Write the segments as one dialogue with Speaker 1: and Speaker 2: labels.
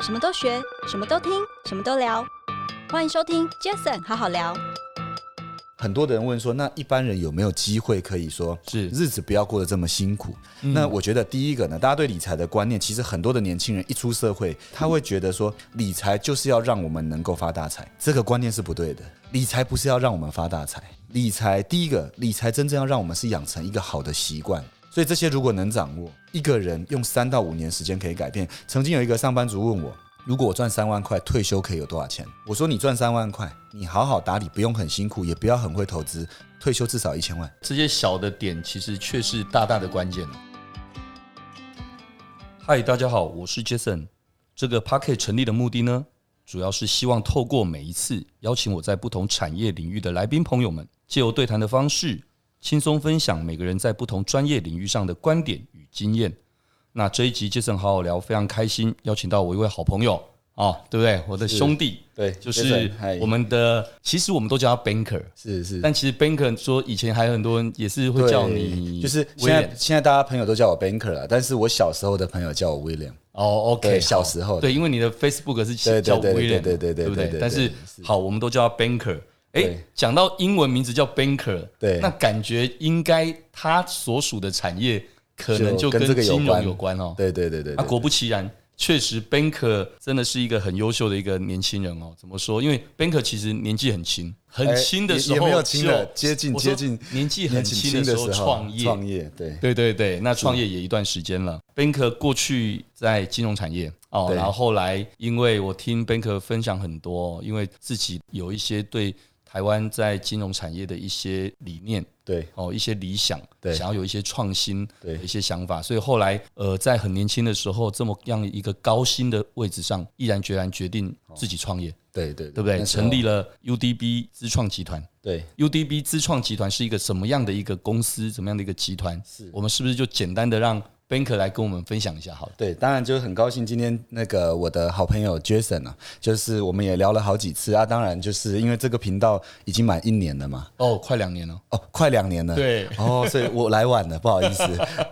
Speaker 1: 什么都学，什么都听，什么都聊。欢迎收听 Jason 好好聊。
Speaker 2: 很多的人问说，那一般人有没有机会可以说
Speaker 3: 是
Speaker 2: 日子不要过得这么辛苦？那我觉得第一个呢，大家对理财的观念，其实很多的年轻人一出社会，他会觉得说理财就是要让我们能够发大财，这个观念是不对的。理财不是要让我们发大财，理财第一个，理财真正要让我们是养成一个好的习惯。所以这些如果能掌握，一个人用三到五年时间可以改变。曾经有一个上班族问我，如果我赚三万块，退休可以有多少钱？我说你赚三万块，你好好打理，不用很辛苦，也不要很会投资，退休至少一千万。
Speaker 3: 这些小的点，其实却是大大的关键。
Speaker 4: 嗨，大家好，我是 Jason。这个 Pocket 成立的目的呢，主要是希望透过每一次邀请我在不同产业领域的来宾朋友们，借由对谈的方式，轻松分享每个人在不同专业领域上的观点与经验。那这一集 Jason 好好聊，非常开心，邀请到我一位好朋友啊、哦，对不对？我的兄弟，
Speaker 2: 对
Speaker 4: 就是我们的，其实我们都叫他 Banker，
Speaker 2: 是是，
Speaker 4: 但其实 Banker 说以前还有很多人也是会
Speaker 2: 对
Speaker 4: 叫你，
Speaker 2: 就是现
Speaker 4: 威
Speaker 2: 在
Speaker 4: 廉
Speaker 2: 现在大家朋友都叫我 Banker 了，但是我小时候的朋友叫我 William。
Speaker 4: 哦，OK，
Speaker 2: 对
Speaker 4: 好
Speaker 2: 小时候的
Speaker 4: 对，因为你的 Facebook
Speaker 2: 对
Speaker 4: 是
Speaker 2: 对
Speaker 4: 写叫
Speaker 2: 对对
Speaker 4: William，
Speaker 2: 对对对
Speaker 4: 对不
Speaker 2: 对对对
Speaker 4: 但是好，我们都叫他 Banker。哎
Speaker 2: 对，
Speaker 4: 讲到英文名字叫 Banker，
Speaker 2: 对
Speaker 4: 那感觉应该他所属的产业可能
Speaker 2: 就
Speaker 4: 就
Speaker 2: 跟这个有
Speaker 4: 金融
Speaker 2: 关
Speaker 4: 有关哦。
Speaker 2: 对对对对
Speaker 4: 那
Speaker 2: 对，
Speaker 4: 果不其然，确实 Banker 真的是一个很优秀的一个年轻人哦。怎么说？因为 Banker 其实年纪很轻，很轻的
Speaker 2: 哎
Speaker 4: 时候
Speaker 2: 也
Speaker 4: 就、
Speaker 2: 也没有轻的，接近
Speaker 4: 我说
Speaker 2: 接近
Speaker 4: 年纪很轻的时候创业，
Speaker 2: 创业对
Speaker 4: 对对对，那创业也一段时间了。Banker 过去在金融产业哦，
Speaker 2: 对
Speaker 4: 然后后来因为我听 Banker 分享很多，因为自己有一些对台湾在金融产业的一些理念
Speaker 2: 对
Speaker 4: 哦，一些理想，
Speaker 2: 对
Speaker 4: 想要有一些创新
Speaker 2: 对
Speaker 4: 的一些想法，所以后来呃，在很年轻的时候，这么样一个高薪的位置上，毅然决然决定
Speaker 2: 哦
Speaker 4: 自己创业，
Speaker 2: 对对
Speaker 4: 对不对？
Speaker 2: 那时候
Speaker 4: 成立了 UDB 资创集团。
Speaker 2: 对
Speaker 4: UDB 资创集团是一个什么样的一个公司，怎么样的一个集团？是我们是不是就简单的让 Banker 来跟我们分享一下好了？
Speaker 2: 对，当然就是很高兴今天那个我的好朋友 Jason 啊，就是我们也聊了好几次啊。当然就是因为这个频道已经满一年了嘛，
Speaker 4: 哦，快两年了，
Speaker 2: 哦，快两年了。
Speaker 4: 对
Speaker 2: 哦，所以我来晚了，不好意思。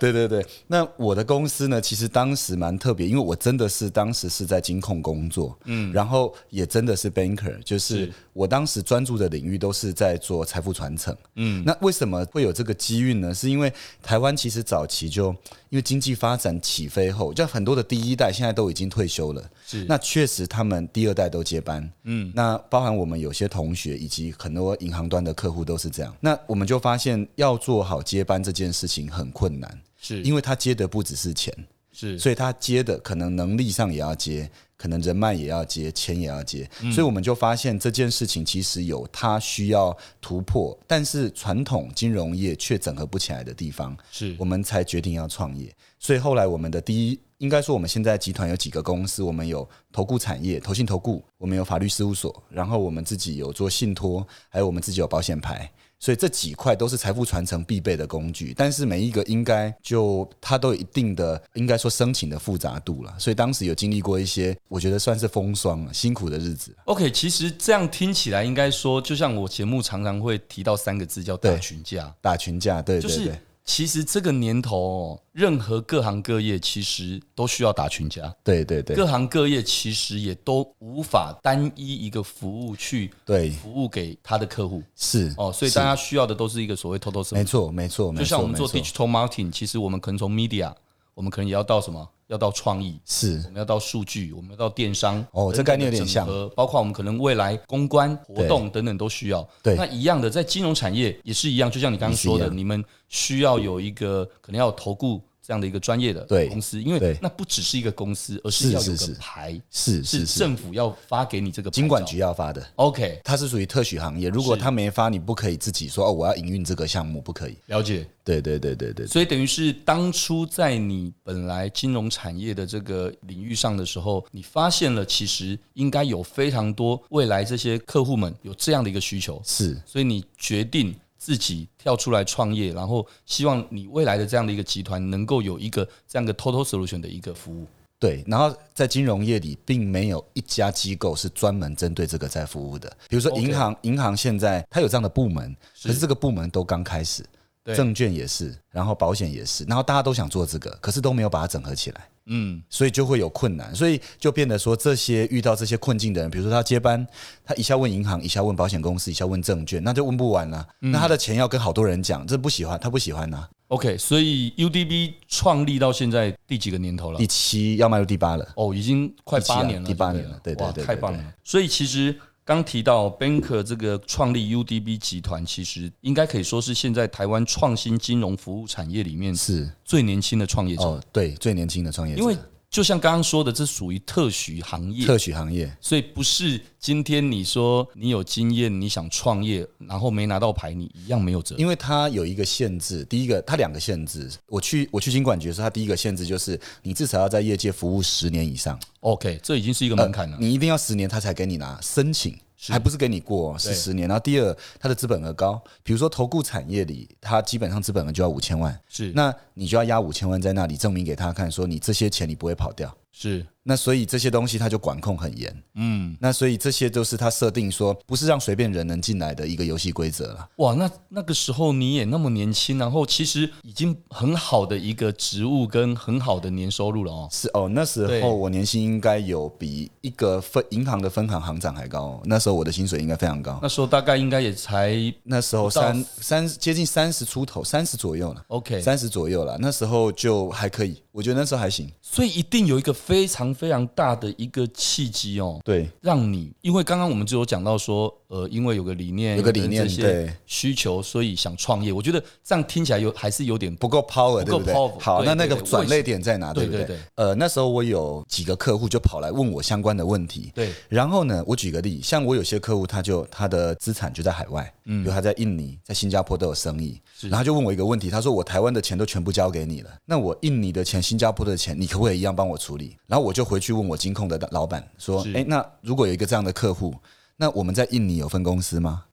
Speaker 2: 对对对，那我的公司呢，其实当时蛮特别，因为我真的是当时是在金控工作，嗯，然后也真的是 banker，就是
Speaker 4: 是
Speaker 2: 我当时专注的领域都是在做财富传承，嗯，那为什么会有这个机遇呢？是因为台湾其实早期就因为经济发展起飞后，就很多的第一代现在都已经退休了，
Speaker 4: 是
Speaker 2: 那确实他们第二代都接班，嗯，那包含我们有些同学以及很多银行端的客户都是这样，那我们就发现要做好接班这件事情很困难，
Speaker 4: 是
Speaker 2: 因为他接的不只是钱，
Speaker 4: 是
Speaker 2: 所以他接的可能能力上也要接，可能人脉也要接，钱也要接，所以我们就发现这件事情其实有它需要突破，但是传统金融业却整合不起来的地方，
Speaker 4: 是
Speaker 2: 我们才决定要创业。所以后来我们的第一，应该说我们现在集团有几个公司，我们有投顾产业、投信投顾，我们有法律事务所，然后我们自己有做信托，还有我们自己有保险牌。所以这几块都是财富传承必备的工具，但是每一个应该就它都有一定的，应该说申请的复杂度了。所以当时有经历过一些，我觉得算是风霜了，辛苦的日子。
Speaker 4: OK。其实这样听起来，应该说，就像我节目常常会提到三个字叫
Speaker 2: 对
Speaker 4: 大群架，
Speaker 2: 打群架，对
Speaker 4: 就
Speaker 2: 对
Speaker 4: 是
Speaker 2: 对，
Speaker 4: 其实这个年头哦，任何各行各业其实都需要打群架，
Speaker 2: 对对对
Speaker 4: 各行各业其实也都无法单一一个服务去
Speaker 2: 对，
Speaker 4: 服务给他的客户
Speaker 2: 是
Speaker 4: 哦，所以大家需要的都是一个所谓 total
Speaker 2: 没
Speaker 4: solution。
Speaker 2: 错没错，没
Speaker 4: 就像
Speaker 2: 错
Speaker 4: 我们做
Speaker 2: 没错
Speaker 4: digital marketing，其实我们可能从 media，我们可能也要到什么？要到创意，
Speaker 2: 是
Speaker 4: 我们要到数据，我们要到电商。
Speaker 2: 哦这概念有点像
Speaker 4: 整合包括我们可能未来公关活动等等都需要。
Speaker 2: 对
Speaker 4: 那一样的，在金融产业也是一样，就像你刚刚说
Speaker 2: 也
Speaker 4: 的，
Speaker 2: 是一
Speaker 4: 你们需要有一个可能要有投顾这样的一个专业的
Speaker 2: 对
Speaker 4: 公司，因
Speaker 2: 对
Speaker 4: 为那不只是一个公司，而
Speaker 2: 是
Speaker 4: 是要有
Speaker 2: 是是
Speaker 4: 个牌，
Speaker 2: 是是是，
Speaker 4: 政府要发给你这个牌照
Speaker 2: 经管局。要发的，
Speaker 4: OK，
Speaker 2: 它是属于特许行业。如果
Speaker 4: 是
Speaker 2: 它没发，你不可以自己说哦，我要营运这个项目，不可以。
Speaker 4: 了解。
Speaker 2: 对对对对对，
Speaker 4: 所以等于是当初在你本来金融产业的这个领域上的时候，你发现了其实应该有非常多未来这些客户们有这样的一个需求，
Speaker 2: 是
Speaker 4: 所以你决定自己跳出来创业，然后希望你未来的这样的一个集团能够有一个这样的 total solution 的一个服务。
Speaker 2: 对。然后在金融业里，并没有一家机构是专门针对这个在服务的。比如说
Speaker 4: OK
Speaker 2: 银行，银行现在它有这样的部门，可是这个部门都刚开始，
Speaker 4: 对
Speaker 2: 证券也是，然后保险也是，然后大家都想做这个，可是都没有把它整合起来。
Speaker 4: 嗯，
Speaker 2: 所以就会有困难，所以就变得说，这些遇到这些困境的人，比如说他接班，他一下问银行，一下问保险公司，一下问证券，那就问不完了、那他的钱要跟好多人讲，这不喜欢，他不喜欢呐、
Speaker 4: OK，所以 UDB 创立到现在第几个年头了
Speaker 2: 第？七要迈入第八了，
Speaker 4: 哦，已经快八年了，
Speaker 2: 第七啊第
Speaker 4: 就
Speaker 2: 八
Speaker 4: 对
Speaker 2: 年了对对
Speaker 4: 哇
Speaker 2: 对对
Speaker 4: 太棒
Speaker 2: 对
Speaker 4: 了。所以其实刚提到 Banker 这个创立 UDB 集团，其实应该可以说是现在台湾创新金融服务产业里面
Speaker 2: 是
Speaker 4: 最年轻的创业者，
Speaker 2: 哦，对，最年轻的创业者，
Speaker 4: 因为就像刚刚说的，这属于特许行业，
Speaker 2: 特许行业
Speaker 4: 所以不是今天你说你有经验，你想创业，然后没拿到牌，你一样没有责任。
Speaker 2: 因为它有一个限制，第一个它两个限制。我去我去金管局的时候，它第一个限制就是你至少要在业界服务十年以上，
Speaker 4: OK，这已经是一个门槛了。
Speaker 2: 你一定要十年，他才给你拿申请，还不是给你过哦，是
Speaker 4: 对
Speaker 2: 十年。然后第二，它的资本额高，比如说投顾产业里，它基本上资本额就要五千万，
Speaker 4: 是
Speaker 2: 那你就要压五千万在那里，证明给他看，说你这些钱你不会跑掉。
Speaker 4: 是
Speaker 2: 那所以这些东西它就管控很严，嗯，那所以这些都是它设定说不是让随便人能进来的一个游戏规则了。
Speaker 4: 哇，那那个时候你也那么年轻，然后其实已经很好的一个职务跟很好的年收入了哦。
Speaker 2: 是哦，那时
Speaker 4: 对
Speaker 2: 候我年薪应该有比一个分银行的分行行长还高、哦，那时候我的薪水应该非常高
Speaker 4: 那。时候大概应该也才
Speaker 2: 那时候
Speaker 4: 不到
Speaker 2: 三三接近三十出头，三十左右了，
Speaker 4: OK，
Speaker 2: 三十左右了。那时候就还可以，我觉得那时候还行。
Speaker 4: 所以一定有一个非常非常大的一个契机哦，
Speaker 2: 对，
Speaker 4: 让你因为刚刚我们就有讲到说，呃，因为有个理念，
Speaker 2: 有个理念
Speaker 4: 跟这
Speaker 2: 对
Speaker 4: 些需求，所以想创业。我觉得这样听起来有还是有点不
Speaker 2: 不够 power，
Speaker 4: 不
Speaker 2: 对
Speaker 4: 够
Speaker 2: 不对
Speaker 4: power，？
Speaker 2: 好，
Speaker 4: 对
Speaker 2: 那那
Speaker 4: 对
Speaker 2: 个
Speaker 4: 对
Speaker 2: 转
Speaker 4: 为什
Speaker 2: 类
Speaker 4: 么
Speaker 2: 点在哪？对不
Speaker 4: 对
Speaker 2: 对？
Speaker 4: 对对
Speaker 2: 呃，那时候我有几个客户就跑来问我相关的问题，
Speaker 4: 对
Speaker 2: 然后呢，我举个例，像我有些客户，他就他的资产就在海外，嗯，比如他在印尼、在新加坡都有生意，然后他就问我一个问题，他说我台湾的钱都全部交给你了，那我印尼的钱、新加坡的钱，你可不可以一样帮我处理？然后我就回去问我金控的老板说，
Speaker 4: 是
Speaker 2: 哎，那如果有一个这样的客户，那我们在印尼有分公司吗？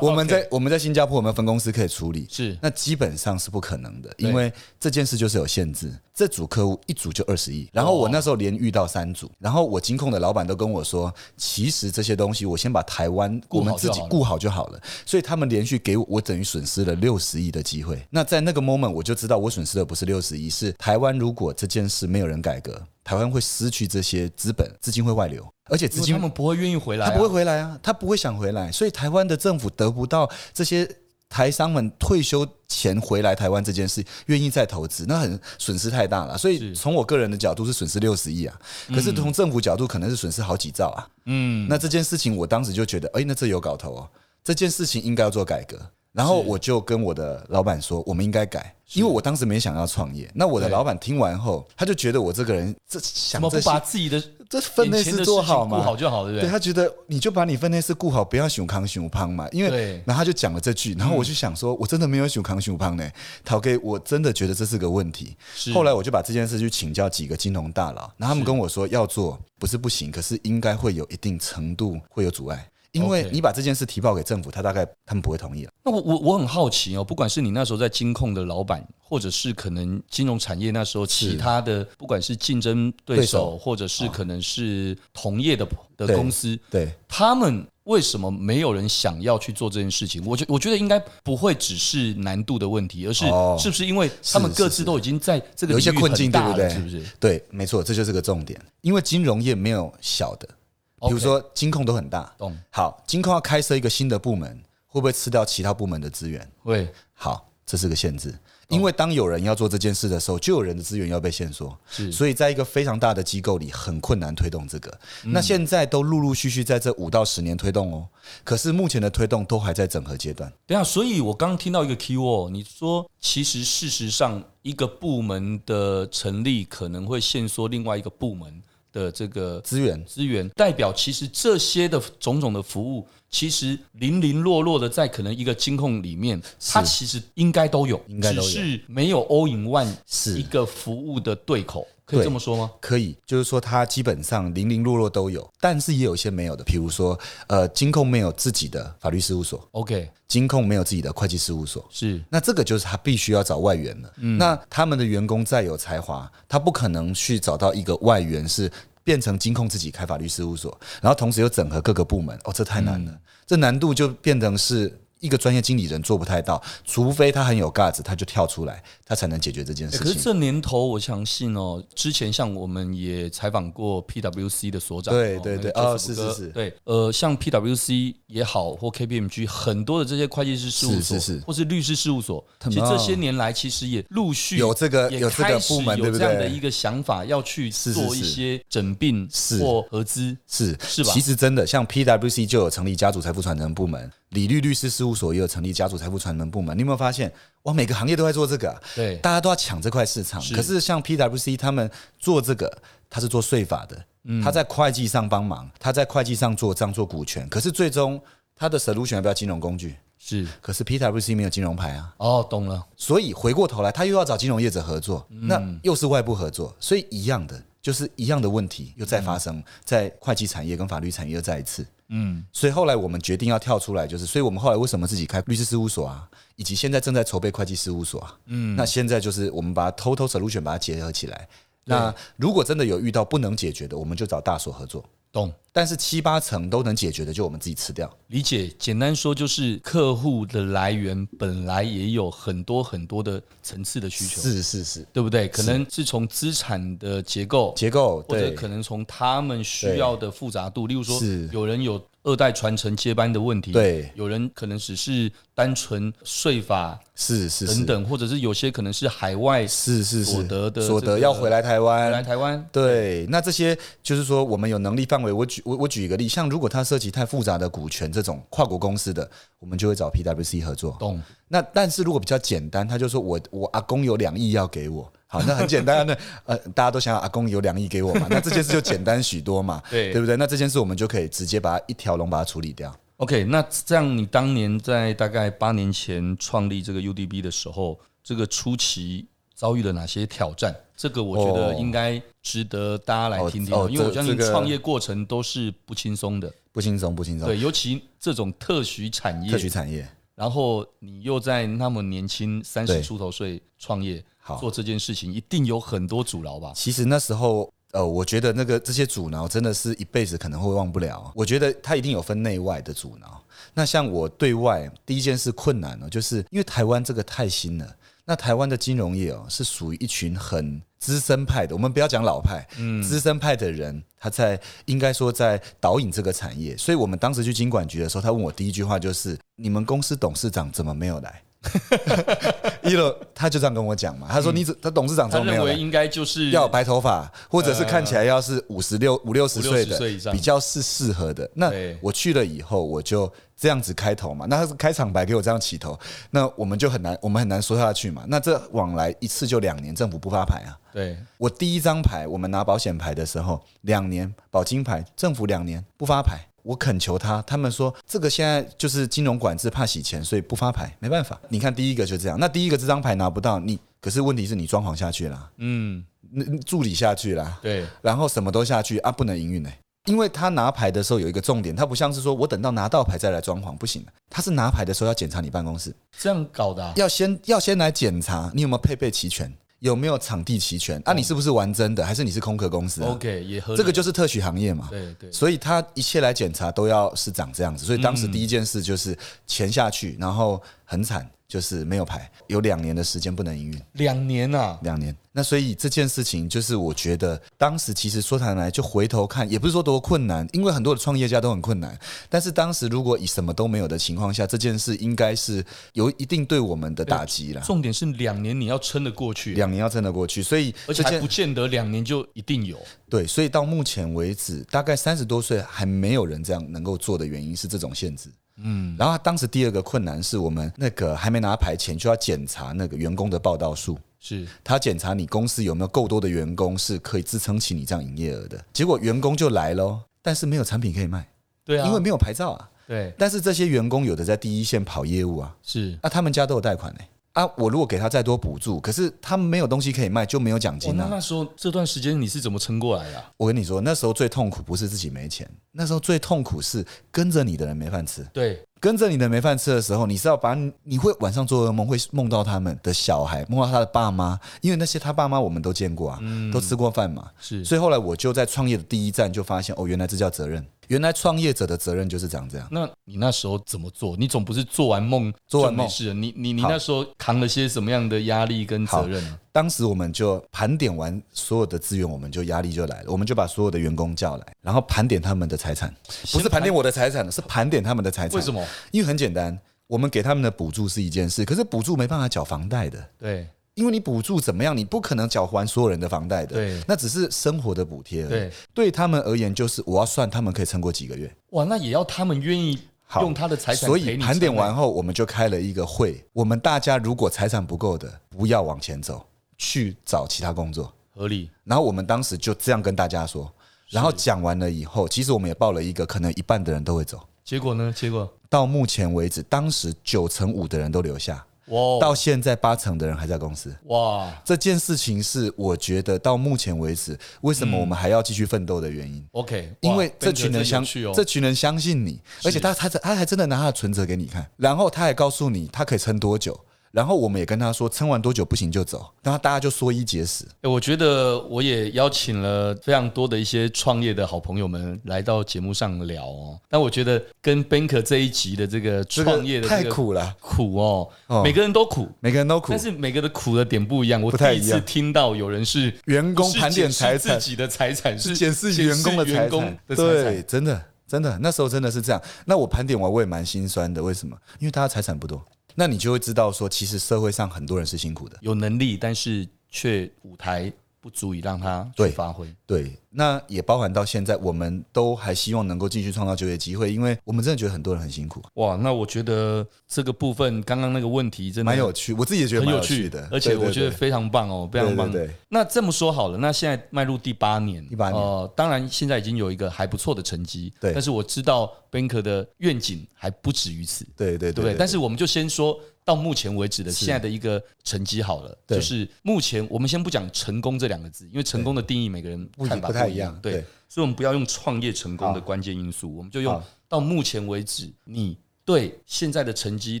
Speaker 2: 我们在我们在新加坡有没有分公司可以处理？
Speaker 4: 是
Speaker 2: 那基本上是不可能的，
Speaker 4: 对
Speaker 2: 因为这件事就是有限制。这组客户一组就二十亿，然后我那时候连遇到三组，然后我金控的老板都跟我说，其实这些东西我先把台湾
Speaker 4: 顾
Speaker 2: 我
Speaker 4: 好就好了
Speaker 2: 们自己顾好就好了。所以他们连续给我，我等于损失了六十亿的机会。那在那个 moment 我就知道，我损失的不是六十亿，是台湾如果这件事没有人改革，台湾会失去这些资本，资金会外流，而且资
Speaker 4: 因为
Speaker 2: 金
Speaker 4: 他们不会愿意回来、啊，
Speaker 2: 他不会回来啊，他不会想回来，所以台湾的政府得不到这些台商们退休前回来台湾这件事，愿意再投资，那很损失太大了。所以
Speaker 4: 是嗯
Speaker 2: 从我个人的角度是损失六十亿啊，可是从政府角度可能是损失好几兆啊。嗯，那这件事情我当时就觉得，哎、那这有搞头哦，这件事情应该要做改革。然后我就跟我的老板说，我们应该改，因为我当时没想要创业。那我的
Speaker 4: 对
Speaker 2: 老板听完后，他就觉得我这个人这
Speaker 4: 怎
Speaker 2: 想
Speaker 4: 么
Speaker 2: 这
Speaker 4: 不
Speaker 2: 些
Speaker 4: 把自己的
Speaker 2: 这分内
Speaker 4: 眼前的
Speaker 2: 事做
Speaker 4: 事情
Speaker 2: 好嘛，
Speaker 4: 顾好就好，对不
Speaker 2: 对
Speaker 4: 对？
Speaker 2: 他觉得你就把你分内事顾好，不要熊康熊胖嘛。因为
Speaker 4: 对，嗯
Speaker 2: 然后他就讲了这句，然后我就想说，我真的没有熊康熊胖呢。陶给我真的觉得这是个问题。
Speaker 4: 是
Speaker 2: 后来我就把这件事去请教几个金融大佬，然后他们
Speaker 4: 是
Speaker 2: 跟我说要做不是不行，可是应该会有一定程度会有阻碍，因为
Speaker 4: OK
Speaker 2: 你把这件事提报给政府，他大概他们不会同意了。
Speaker 4: 那我我我很好奇哦，不管是你那时候在金控的老板，或者是可能金融产业那时候其他的，不管是竞争对手，
Speaker 2: 对手啊
Speaker 4: 或者是可能是同业的的
Speaker 2: 对
Speaker 4: 公司，
Speaker 2: 对，
Speaker 4: 他们为什么没有人想要去做这件事情？我觉我觉得应该不会只是难度的问题，而是
Speaker 2: 哦
Speaker 4: 是不是因为他们
Speaker 2: 是
Speaker 4: 各
Speaker 2: 是
Speaker 4: 自
Speaker 2: 是
Speaker 4: 都已经在这个
Speaker 2: 有一些
Speaker 4: 领域
Speaker 2: 困
Speaker 4: 很
Speaker 2: 境对
Speaker 4: 大
Speaker 2: 不
Speaker 4: 了
Speaker 2: 对
Speaker 4: 是不是？
Speaker 2: 对，没错，这就是个重点。因为金融业没有小的，比
Speaker 4: OK
Speaker 2: 如说金控都很大。
Speaker 4: 懂
Speaker 2: 好，金控要开设一个新的部门，会不会吃掉其他部门的资源？
Speaker 4: 会
Speaker 2: 好，这是个限制。因为当有人要做这件事的时候，就有人的资源要被限缩，
Speaker 4: 是
Speaker 2: 所以在一个非常大的机构里，很困难推动这个。那现在都陆陆续续在这五到十年推动哦，可是目前的推动都还在整合阶段。
Speaker 4: 对啊，所以我刚听到一个 keyword，你说其实事实上一个部门的成立可能会限缩另外一个部门的这个
Speaker 2: 资源
Speaker 4: 资源，代表其实这些的种种的服务，其实零零落落的在可能一个金控里面，它其实应该都有，
Speaker 2: 应该都有
Speaker 4: 只是没有 all in one
Speaker 2: 是
Speaker 4: 一个服务的对口，可以
Speaker 2: 对
Speaker 4: 这么说吗？
Speaker 2: 可以，就是说它基本上零零落落都有，但是也有一些没有的，比如说呃，金控没有自己的法律事务所，
Speaker 4: OK，
Speaker 2: 金控没有自己的会计事务所，
Speaker 4: 是
Speaker 2: 那这个就是他必须要找外援了。
Speaker 4: 嗯
Speaker 2: 那他们的员工再有才华，他不可能去找到一个外援是变成金控自己
Speaker 4: 嗯
Speaker 2: 开法律事务所，然后同时又整合各个部门。哦，这太难了，这难度就变成是一个专业经理人做不太到，除非他很有 guts，他就跳出来，他才能解决这件
Speaker 4: 欸
Speaker 2: 事
Speaker 4: 可是
Speaker 2: 情。
Speaker 4: 这年头，我相信哦，之前像我们也采访过 PWC 的所长，
Speaker 2: 对
Speaker 4: 哦
Speaker 2: 对
Speaker 4: 那个
Speaker 2: 对哦
Speaker 4: Joseph
Speaker 2: 是
Speaker 4: 哥
Speaker 2: 是是
Speaker 4: 对，呃，像 PWC 也好，或 KPMG 很多的这些会计师事务所，
Speaker 2: 是是是
Speaker 4: 或是律师事务所，其实这些年来其实也陆续
Speaker 2: 有这个
Speaker 4: 也
Speaker 2: 有这个
Speaker 4: 开始
Speaker 2: 部门
Speaker 4: 有
Speaker 2: 对不
Speaker 4: 这样
Speaker 2: 对
Speaker 4: 的一个想法，要去
Speaker 2: 是是
Speaker 4: 做一
Speaker 2: 是
Speaker 4: 些整并
Speaker 2: 是
Speaker 4: 或合资，
Speaker 2: 是
Speaker 4: 是吧
Speaker 2: 其实真的，像 PWC 就有成立家族财富传承部门，李律律师事务所也有成立家族财富传承部门。你有没有发现，哇，每个行业都在做这个、啊？
Speaker 4: 对
Speaker 2: 大家都要抢这块市场。
Speaker 4: 是
Speaker 2: 可是像 PWC 他们做这个，他是做税法的，他在会计上帮忙，他在会计上做账、做股权。可是最终他的 solution 要不要金融工具？
Speaker 4: 是
Speaker 2: 可是 PWC 没有金融牌啊，
Speaker 4: 哦，懂了，
Speaker 2: 所以回过头来，他又要找金融业者合作，
Speaker 4: 嗯
Speaker 2: 那又是外部合作，所以一样的，就是一样的问题又再发生在会计产业跟法律产业又再一次。
Speaker 4: 嗯，
Speaker 2: 所以后来我们决定要跳出来，就是，所以我们后来为什么自己开律师事务所啊，以及现在正在筹备会计事务所啊，嗯，那现在就是我们把它 total solution 把它结合起来。那如果真的有遇到不能解决的，我们就找大所合作，
Speaker 4: 懂。
Speaker 2: 但是七八成都能解决的，就我们自己吃掉。
Speaker 4: 理解，简单说就是客户的来源本来也有很多很多的层次的需求，
Speaker 2: 是是是，
Speaker 4: 对不对？可能是从资产的结构，
Speaker 2: 结构
Speaker 4: 或者
Speaker 2: 对
Speaker 4: 可能从他们需要的复杂度，例如说
Speaker 2: 是，
Speaker 4: 有人有二代传承接班的问题，
Speaker 2: 对
Speaker 4: 有人可能只是单纯税法
Speaker 2: 是是
Speaker 4: 等
Speaker 2: 是
Speaker 4: 等，或者是有些可能是海外
Speaker 2: 是是是
Speaker 4: 所得的
Speaker 2: 所
Speaker 4: 这
Speaker 2: 得
Speaker 4: 个
Speaker 2: 要回来台
Speaker 4: 回来
Speaker 2: 湾。
Speaker 4: 台湾，
Speaker 2: 对，那这些就是说，我们有能力范围，我举我我举一个例，像如果它涉及太复杂的股权这种跨国公司的，我们就会找 PWC 合作。
Speaker 4: 懂？
Speaker 2: 那但是如果比较简单，他就说我我阿公有两亿要给我，好，那很简单啊，那 呃大家都想要阿公有两亿给我 嘛，那这件事就简单许多嘛，
Speaker 4: 对
Speaker 2: 对不对？那这件事我们就可以直接把它一条龙把它处理掉。
Speaker 4: OK，那这样你当年在大概八年前创立这个 UDB 的时候，这个初期遭遇了哪些挑战？这个我觉得
Speaker 2: 哦
Speaker 4: 应该值得大家来听听，啊
Speaker 2: 哦哦
Speaker 4: 因为我
Speaker 2: 这
Speaker 4: 相信
Speaker 2: 这个
Speaker 4: 创业过程都是不轻松的。
Speaker 2: 不轻松，不轻松。
Speaker 4: 对，尤其这种特许产业
Speaker 2: 哦特，许产业
Speaker 4: 然后你又在那么年轻三十
Speaker 2: 对
Speaker 4: 出头岁创业
Speaker 2: 好，
Speaker 4: 做这件事情一定有很多阻挠吧？
Speaker 2: 其实那时候，呃，我觉得那个这些阻挠真的是一辈子可能会忘不了。我觉得它一定有分内外的阻挠。那像我对外第一件事困难呢、就是因为台湾这个太新了。那台湾的金融业哦，是属于一群很资深派的，我们不要讲老派，资深派的人，他在应该说在导引这个产业。所以我们当时去金管局的时候，他问我第一句话就是：“你们公司董事长怎么没有来？” 一楼他就这样跟我讲嘛，他说：“你怎他董事长怎
Speaker 4: 他
Speaker 2: 么没
Speaker 4: 认
Speaker 2: 有来？”
Speaker 4: 为应该就是呃
Speaker 2: 要有白头发，或者是看起来要是五十六五六十岁
Speaker 4: 50岁以
Speaker 2: 的，
Speaker 4: 上
Speaker 2: 比较是适合的。那
Speaker 4: 对
Speaker 2: 我去了以后，我就这样子开头嘛，那他是开场白给我这样起头，那我们就很难，我们很难说下去嘛。那这往来一次就两年，政府不发牌啊。
Speaker 4: 对
Speaker 2: 我第一张牌，我们拿保险牌的时候，两年保金牌，政府两年不发牌。我恳求他，他们说这个现在就是金融管制，怕洗钱，所以不发牌，没办法。你看第一个就这样，那第一个这张牌拿不到，你可是问题是你装潢下去啦，
Speaker 4: 嗯
Speaker 2: 嗯助理下去啦，
Speaker 4: 对
Speaker 2: 然后什么都下去啊，不能营运呢、因为他拿牌的时候有一个重点，他不像是说我等到拿到牌再来装潢，不行的。他是拿牌的时候要检查你办公室，
Speaker 4: 这样搞的啊、
Speaker 2: 要先要先来检查你有没有配备齐全，有没有场地齐全啊，你是不是玩真的，还是你是空壳公司、啊
Speaker 4: 哦 OK 也合理
Speaker 2: 这个就是特许行业嘛。
Speaker 4: 对对
Speaker 2: 所以他一切来检查都要是长这样子，所以
Speaker 4: 嗯
Speaker 2: 当时第一件事就是钱下去，然后很惨，就是没有牌，有两年的时间不能营运。
Speaker 4: 两年啊，
Speaker 2: 两年。那所以这件事情，就是我觉得当时其实说坦来，就回头看，也不是说多困难，因为很多的创业家都很困难。但是当时如果以什么都没有的情况下，这件事应该是有一定对我们的打击啦。
Speaker 4: 重点是两年你要撑得过去，
Speaker 2: 两年要撑得过去，所以
Speaker 4: 而
Speaker 2: 这
Speaker 4: 且还
Speaker 2: 件
Speaker 4: 不见得两年就一定有。
Speaker 2: 对，所以到目前为止，大概三十多岁还没有人这样能够做的原因是这种限制。嗯，然后当时第二个困难是我们那个还没拿牌前就要检查那个员工的报道数，
Speaker 4: 是
Speaker 2: 他检查你公司有没有够多的员工是可以支撑起你这样营业额的。结果员工就来喽，但是没有产品可以卖，
Speaker 4: 对啊，
Speaker 2: 因为没有牌照啊。
Speaker 4: 对
Speaker 2: 但是这些员工有的在第一线跑业务啊，
Speaker 4: 是。
Speaker 2: 那、他们家都有贷款呢、啊，我如果给他再多补助，可是他们没有东西可以卖，就没有奖
Speaker 4: 哦
Speaker 2: 金
Speaker 4: 那
Speaker 2: 啊。
Speaker 4: 那时候这段时间你是怎么撑过来的啊、
Speaker 2: 我跟你说，那时候最痛苦不是自己没钱，那时候最痛苦是跟着你的人没饭吃，
Speaker 4: 对，
Speaker 2: 跟着你的没饭吃的时候，你是要把你你会晚上做噩梦，会梦到他们的小孩，梦到他的爸妈，因为那些他爸妈我们都见过啊，都吃过饭嘛。
Speaker 4: 嗯是
Speaker 2: 所以后来我就在创业的第一站就发现，哦，原来这叫责任，原来创业者的责任就是长这样。
Speaker 4: 那你那时候怎么做？你总不是做完梦
Speaker 2: 做完梦
Speaker 4: 就没事了。你你你
Speaker 2: 好
Speaker 4: 那时候扛了些什么样的压力跟责任啊呢？
Speaker 2: 当时我们就盘点完所有的资源，我们就压力就来了，我们就把所有的员工叫来，然后盘点他们的财产，不是盘点我的财产，是盘点他们的财产。
Speaker 4: 为什？么？
Speaker 2: 因为很简单，我们给他们的补助是一件事，可是补助没办法缴房贷的。
Speaker 4: 对
Speaker 2: 因为你补助怎么样，你不可能缴还所有人的房贷的，
Speaker 4: 对
Speaker 2: 那只是生活的补贴而已。
Speaker 4: 对，
Speaker 2: 对他们而言，就是我要算他们可以撑过几个月。
Speaker 4: 哇，那也要他们愿意
Speaker 2: 好
Speaker 4: 用他的财产
Speaker 2: 所
Speaker 4: 陪
Speaker 2: 以
Speaker 4: 你
Speaker 2: 盘点
Speaker 4: 撑啊
Speaker 2: 完后，我们就开了一个会，我们大家如果财产不够的，不要往前走，去找其他工作。
Speaker 4: 合理
Speaker 2: 然后我们当时就这样跟大家说，然后讲完了以后，其实我们也报了一个，可能一半的人都会走。
Speaker 4: 结果呢？结果
Speaker 2: 到目前为止，当时九成五的人都留下，
Speaker 4: 哇
Speaker 2: 到现在八成的人还在公司。
Speaker 4: 哇
Speaker 2: 这件事情是我觉得到目前为止，为什么我们还要继续奋斗的原因。
Speaker 4: ，OK，哇嗯
Speaker 2: 因为这群人
Speaker 4: 真的
Speaker 2: 相
Speaker 4: 有趣哦，
Speaker 2: 这群人相信你，而且他他他还真的拿他的存折给你看，然后他还告诉你他可以撑多久，然后我们也跟他说撑完多久不行就走，然后大家就缩衣节食。
Speaker 4: 欸我觉得我也邀请了非常多的一些创业的好朋友们来到节目上聊哦。但我觉得跟 Banker 这一集的这个
Speaker 2: 这个
Speaker 4: 创业的
Speaker 2: 太
Speaker 4: 这个
Speaker 2: 苦了，
Speaker 4: 苦哦，
Speaker 2: 哦
Speaker 4: 每个人都苦，
Speaker 2: 每个人都苦
Speaker 4: 但。是每个的苦的点不一样。我
Speaker 2: 不
Speaker 4: 第
Speaker 2: 太
Speaker 4: 一
Speaker 2: 一
Speaker 4: 次
Speaker 2: 样
Speaker 4: 听到有人是
Speaker 2: 员工盘点财
Speaker 4: 不是
Speaker 2: 产
Speaker 4: 检视自，己的财产是
Speaker 2: 是检视员工的财
Speaker 4: 检视
Speaker 2: 产
Speaker 4: 员工，的财
Speaker 2: 对，
Speaker 4: 产。
Speaker 2: 真的真的，那时候真的是这样。那我盘点完我也蛮心酸的，为什么？因为大家财产不多，那你就会知道说，其实社会上很多人是辛苦的。
Speaker 4: 有能力，但是却舞台不足以让他去
Speaker 2: 对
Speaker 4: 发挥。
Speaker 2: 对，那也包含到现在，我们都还希望能够继续创造就业机会，因为我们真的觉得很多人很辛苦，
Speaker 4: 哇，那我觉得这个部分刚刚那个问题真的
Speaker 2: 蛮有趣。我自己也觉得
Speaker 4: 啊很
Speaker 2: 蛮
Speaker 4: 有
Speaker 2: 趣的，
Speaker 4: 而且我觉得非常棒哦，非常棒。
Speaker 2: 对对对
Speaker 4: 那这么说好了，那现在迈入第八年，
Speaker 2: 第八年
Speaker 4: 呃，当然现在已经有一个还不错的成绩，
Speaker 2: 对
Speaker 4: 但是我知道 Banker 的愿景还不止于此，
Speaker 2: 对对
Speaker 4: 对不对？但是我们就先说到目前为止的现在的一个成绩好了，
Speaker 2: 对
Speaker 4: 就是目前我们先不讲成功这两个字，因为成功的定义每个人
Speaker 2: 不一
Speaker 4: 看法
Speaker 2: 不太
Speaker 4: 一
Speaker 2: 一样
Speaker 4: 对
Speaker 2: 对，
Speaker 4: 所以我们不要用创业成功的关键因素，我们就用
Speaker 2: 好
Speaker 4: 到目前为止你对现在的成绩，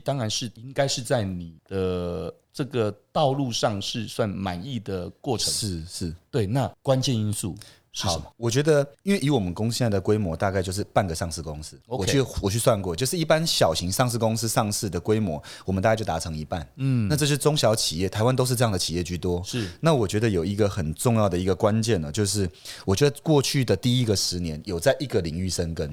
Speaker 4: 当然是应该是在你的这个道路上是算满意的过程，
Speaker 2: 是是
Speaker 4: 对。那关键因素是什么？
Speaker 2: 好，我觉得因为以我们公司现在的规模，大概就是半个上市公司。
Speaker 4: OK
Speaker 2: 我去我去算过，就是一般小型上市公司上市的规模，我们大概就达成一半。嗯，那这是中小企业，台湾都是这样的企业居多。
Speaker 4: 是
Speaker 2: 那我觉得有一个很重要的一个关键呢，就是我觉得过去的第一个十年有在一个领域生根。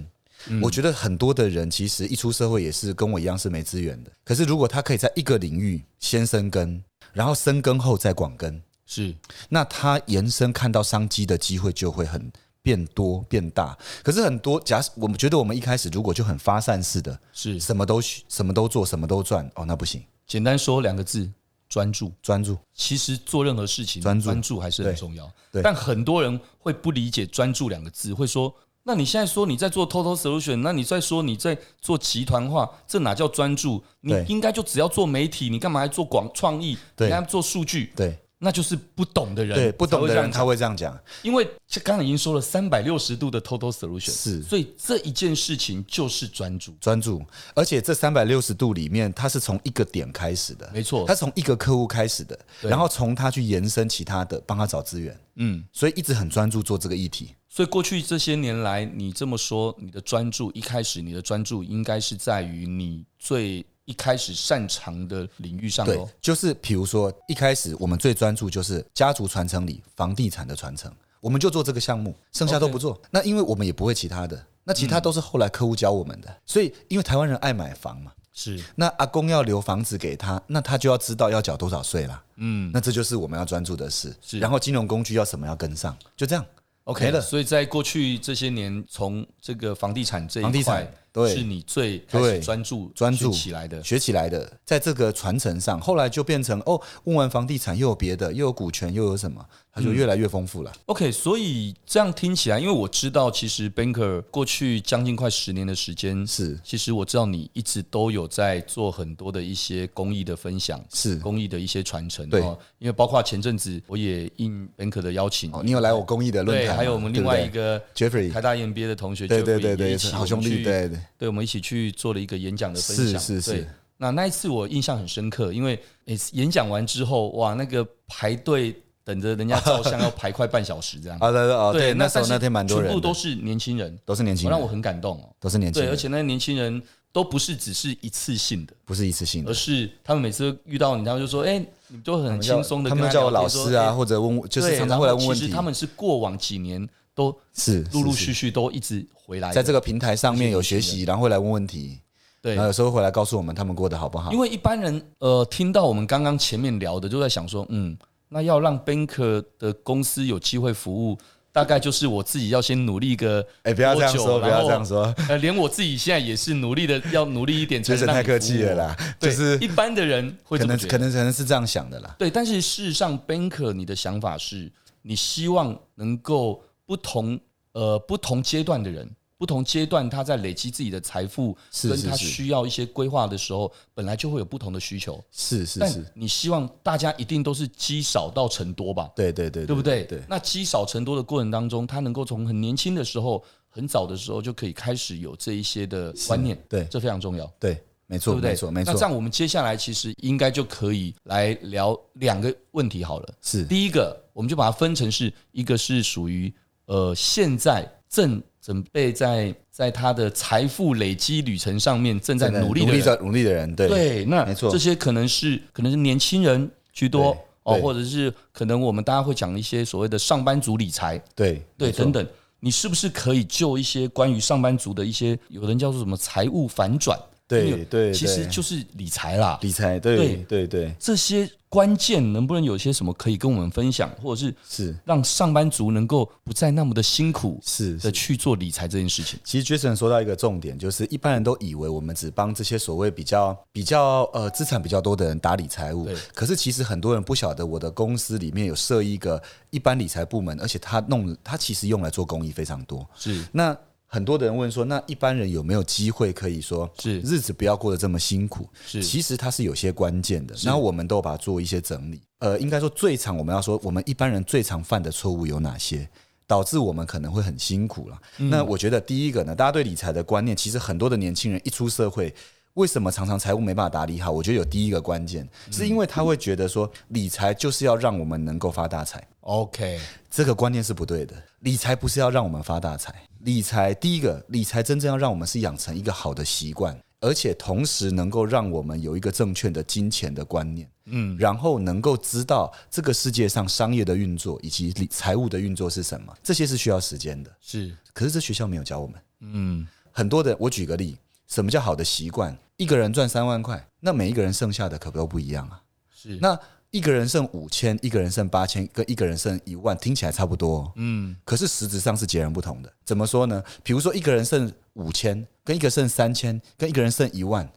Speaker 4: 嗯
Speaker 2: 我觉得很多的人其实一出社会也是跟我一样是没资源的，可是如果他可以在一个领域先生根，然后生根后再广根，
Speaker 4: 是
Speaker 2: 那他延伸看到商机的机会就会很变多变大。可是很多假使我们觉得我们一开始如果就很发散式的，
Speaker 4: 是，
Speaker 2: 什么都学什么都做，什么都赚，哦，那不行，
Speaker 4: 简单说两个字：专注。
Speaker 2: 专注。
Speaker 4: 其实做任何事情，
Speaker 2: 专注
Speaker 4: 还是很
Speaker 2: 对
Speaker 4: 重要。
Speaker 2: 对
Speaker 4: 但很多人会不理解“专注”两个字，会说：“那你现在说你在做 total solution，那你再说你在做集团化，这哪叫专注？你
Speaker 2: 对
Speaker 4: 应该就只要做媒体，你干嘛还做广创意？你
Speaker 2: 对
Speaker 4: 还要做数据？
Speaker 2: 对
Speaker 4: 那就是不懂的人，
Speaker 2: 对，不懂的人他
Speaker 4: 会
Speaker 2: 会这样讲，
Speaker 4: 这样讲，因为这刚才已经说了三百六十度的 total solution，
Speaker 2: 是
Speaker 4: 所以这一件事情就是专注，
Speaker 2: 专注。而且这三百六十度里面，它是从一个点开始的，
Speaker 4: 没错
Speaker 2: 它从一个客户开始的，然后从他去延伸其他的，帮他找资源。
Speaker 4: 嗯。”
Speaker 2: 所以一直很专注做这个议题。
Speaker 4: 所以过去这些年来，你这么说，你的专注一开始，你的专注应该是在于你最一开始擅长的领域上
Speaker 2: 对
Speaker 4: 哦。，
Speaker 2: 就是比如说一开始我们最专注就是家族传承里房地产的传承，我们就做这个项目，剩下都不做。那因为我们也不会其他的，那其他都是后来客户教我们的。所以因为台湾人爱买房嘛，
Speaker 4: 是
Speaker 2: 那阿公要留房子给他，那他就要知道要缴多少税啦。嗯，那这就是我们要专注的事。
Speaker 4: 是
Speaker 2: 然后金融工具要什么要跟上，就这样。
Speaker 4: OK
Speaker 2: 没了
Speaker 4: 所以在过去这些年，从这个房地产这一块，
Speaker 2: 房地产对
Speaker 4: 是你最开始
Speaker 2: 对
Speaker 4: 专注
Speaker 2: 专注
Speaker 4: 学起来的。
Speaker 2: 学起来的，在这个传承上，后来就变成哦，问完房地产又有别的，又有股权，又有什么，它
Speaker 4: 嗯
Speaker 2: 就越来越丰富了。
Speaker 4: OK，所以这样听起来，因为我知道，其实 Banker 过去将近快十年的时间，
Speaker 2: 是
Speaker 4: 其实我知道你一直都有在做很多的一些公益的分享，
Speaker 2: 是
Speaker 4: 公益的一些传承。
Speaker 2: 对
Speaker 4: 哦，因为包括前阵子我也应 Banker 的邀请，
Speaker 2: 哦，你有来我公益的论
Speaker 4: 对，
Speaker 2: 坛嘛，
Speaker 4: 还有我们另
Speaker 2: 对不
Speaker 4: 外
Speaker 2: 对
Speaker 4: 一个
Speaker 2: Jeffrey，
Speaker 4: 台大 E EMBA 的同学，
Speaker 2: 对对对对，
Speaker 4: Jeffrey 也一起
Speaker 2: 好兄
Speaker 4: 我们
Speaker 2: 弟，
Speaker 4: 去
Speaker 2: 对对
Speaker 4: 对，我们一起去做了一个演讲的分
Speaker 2: 是
Speaker 4: 享。
Speaker 2: 是是
Speaker 4: 对。那那一次我印象很深刻，因为诶、演讲完之后，哇，那个排队等着人家 照相要排快半小时这样。
Speaker 2: 啊，对对哦，对，
Speaker 4: 那
Speaker 2: 那时候
Speaker 4: 但是
Speaker 2: 那天蛮多人
Speaker 4: 全
Speaker 2: 的，
Speaker 4: 部都是年轻人，
Speaker 2: 都是年轻
Speaker 4: 我
Speaker 2: 人，
Speaker 4: 让我很感动哦。
Speaker 2: 都是年轻
Speaker 4: 对，
Speaker 2: 人，
Speaker 4: 而且那些年轻人都不是只是一次性的，
Speaker 2: 不是一次性
Speaker 4: 而
Speaker 2: 的。
Speaker 4: 是他们每次遇到你，他们就说：“哎、你们就很轻松的。”
Speaker 2: 他们叫我老师啊，，或者问我，就是
Speaker 4: 哎对
Speaker 2: 常常会来
Speaker 4: 然后
Speaker 2: 问问
Speaker 4: 其
Speaker 2: 题。
Speaker 4: 实他们是过往几年都
Speaker 2: 是
Speaker 4: 陆陆续
Speaker 2: 续
Speaker 4: 续都一直回来的，
Speaker 2: 在这个平台上面有
Speaker 4: 是
Speaker 2: 学
Speaker 4: 是是
Speaker 2: 习，然后会来问问题，
Speaker 4: 对
Speaker 2: 然后，有时候回来告诉我们他们过得好不好
Speaker 4: 因。为一般人呃听到我们刚刚前面聊的，就在想说，嗯，那要让 Banker 的公司有机会服务，大概就是我自己要先努力个
Speaker 2: 哎，不要这样
Speaker 4: 多
Speaker 2: 说，
Speaker 4: 久
Speaker 2: 不要这样。
Speaker 4: 然后
Speaker 2: 说，
Speaker 4: 呃，连我自己现在也是努力的，呃要努力一点才
Speaker 2: 杰
Speaker 4: 能
Speaker 2: 森
Speaker 4: 让
Speaker 2: 太
Speaker 4: 你服务
Speaker 2: 客气了啦，
Speaker 4: 对
Speaker 2: 就是
Speaker 4: 一般的人会
Speaker 2: 可
Speaker 4: 这么
Speaker 2: 能
Speaker 4: 觉得
Speaker 2: 可能可能是这样想的啦。
Speaker 4: 对，但是事实上，banker 你的想法是，你希望能够不同呃不同阶段的人，不同阶段他在累积自己的财富，
Speaker 2: 是
Speaker 4: 跟
Speaker 2: 是
Speaker 4: 他
Speaker 2: 是
Speaker 4: 需要一些规划的时候，本来就会有不同的需求。
Speaker 2: 是是
Speaker 4: 但
Speaker 2: 是，
Speaker 4: 你希望大家一定都是积少到成多吧？
Speaker 2: 对对对，
Speaker 4: 对不对？
Speaker 2: 对，
Speaker 4: 那积少成多的过程当中，他能够从很年轻的时候、很早的时候就可以开始有这一些的观念，
Speaker 2: 对
Speaker 4: 这非常重要。
Speaker 2: 对，没
Speaker 4: 对
Speaker 2: 错
Speaker 4: 不对？
Speaker 2: 没错没
Speaker 4: 那这
Speaker 2: 错，
Speaker 4: 样我们接下来其实应该就可以来聊两个问题好了。
Speaker 2: 是
Speaker 4: 第一个，我们就把它分成是一个是属于呃现在正准备在在他的财富累积旅程上面正在
Speaker 2: 真的
Speaker 4: 努力的
Speaker 2: 努力
Speaker 4: 人，
Speaker 2: 在努力的人，对
Speaker 4: 对，那
Speaker 2: 没错
Speaker 4: 这些可能是可能是年轻人居多
Speaker 2: 对
Speaker 4: 哦，
Speaker 2: 对
Speaker 4: 或者是可能我们大家会讲一些所谓的上班族理财，
Speaker 2: 对
Speaker 4: 对，
Speaker 2: 没错
Speaker 4: 等等。你是不是可以就一些关于上班族的一些，有人叫做什么财务反转？因为
Speaker 2: 对
Speaker 4: 有
Speaker 2: 对，
Speaker 4: 其
Speaker 2: 对
Speaker 4: 实就是理财啦。
Speaker 2: 理财，对对对
Speaker 4: 这些关键能不能有些什么可以跟我们分享，或者是
Speaker 2: 是
Speaker 4: 让上班族能够不再那么的辛苦
Speaker 2: 是
Speaker 4: 的
Speaker 2: 是。
Speaker 4: 去做理财这件事情？
Speaker 2: 其实 Jason 说到一个重点，就是一般人都以为我们只帮这些所谓比较比较呃资产比较多的人打理财务
Speaker 4: 对，
Speaker 2: 可是其实很多人不晓得，我的公司里面有设一个一般理财部门，而且他弄他其实用来做公益非常多。
Speaker 4: 是
Speaker 2: 那很多的人问说，那一般人有没有机会可以说
Speaker 4: 是
Speaker 2: 日子不要过得这么辛苦？
Speaker 4: 是
Speaker 2: 其实它是有些关键的，然后我们都有把它做一些整理。呃，应该说最常我们要说，我们一般人最常犯的错误有哪些？导致我们可能会很辛苦了。那我觉得第一个呢，大家对理财的观念，其实很多的年轻人一出社会，为什么常常财务没办法打理好？我觉得有第一个关键，是因为他会觉得说，理财就是要让我们能够发大财。
Speaker 4: OK，
Speaker 2: 这个观念是不对的。理财不是要让我们发大财，理财第一个，理财真正要让我们是养成一个好的习惯，而且同时能够让我们有一个正确的金钱的观念，嗯，然后能够知道这个世界上商业的运作以及理财务的运作是什么，这些是需要时间的。
Speaker 4: 是
Speaker 2: 可是这学校没有教我们。
Speaker 4: 嗯，
Speaker 2: 很多的，我举个例，什么叫好的习惯？一个人赚三万块，那每一个人剩下的可都不一样啊。
Speaker 4: 是
Speaker 2: 那一个人剩五千，一个人剩八千，跟一个人剩一万，听起来差不多、嗯，可是实质上是截然不同的。怎么说呢？比如说一个人剩五千，跟一个剩三千，跟一个人剩一万，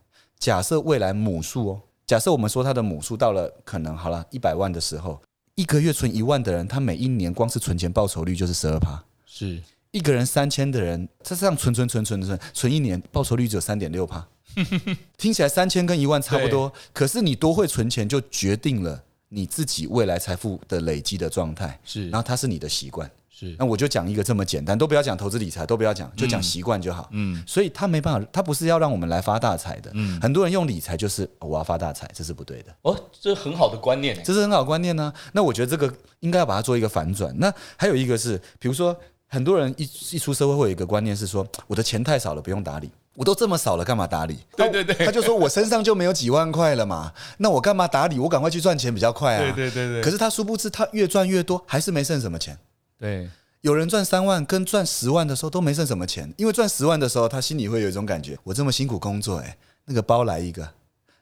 Speaker 2: 假设未来母数哦，假设我们说他的母数到了可能好了一百万的时候，一个月存一万的人，他每一年光是存钱报酬率就是十二趴。
Speaker 4: 是
Speaker 2: 一个人三千的人，他这样存存存存存存一年，报酬率只有三点六趴， 听起来三千跟一万差不多，可是你多会存钱，就决定了你自己未来财富的累积的状态，
Speaker 4: 是
Speaker 2: 然后它是你的习惯。
Speaker 4: 是
Speaker 2: 那我就讲一个这么简单，都不要讲投资理财，都不要讲，就讲习惯就好。嗯，所以他没办法，他不是要让我们来发大财的。嗯，很多人用理财就是、哦我要发大财，这是不对的。
Speaker 4: 哦，这很好的观念欸，
Speaker 2: 这是很好的观念呢、那我觉得这个应该要把它做一个反转。那还有一个是，比如说很多人一一出社会会有一个观念是说，我的钱太少了，不用打理。我都这么少了，干嘛打理？对对对，他就说我身上就没有几万块了嘛，那我干嘛打理？我赶快去赚钱比较快啊！对对对对。可是他殊不知，他越赚越多，还是没剩什么钱。
Speaker 4: 对，
Speaker 2: 有人赚三万跟赚十万的时候都没剩什么钱，因为赚十万的时候，他心里会有一种感觉：我这么辛苦工作、欸，那个包来一个，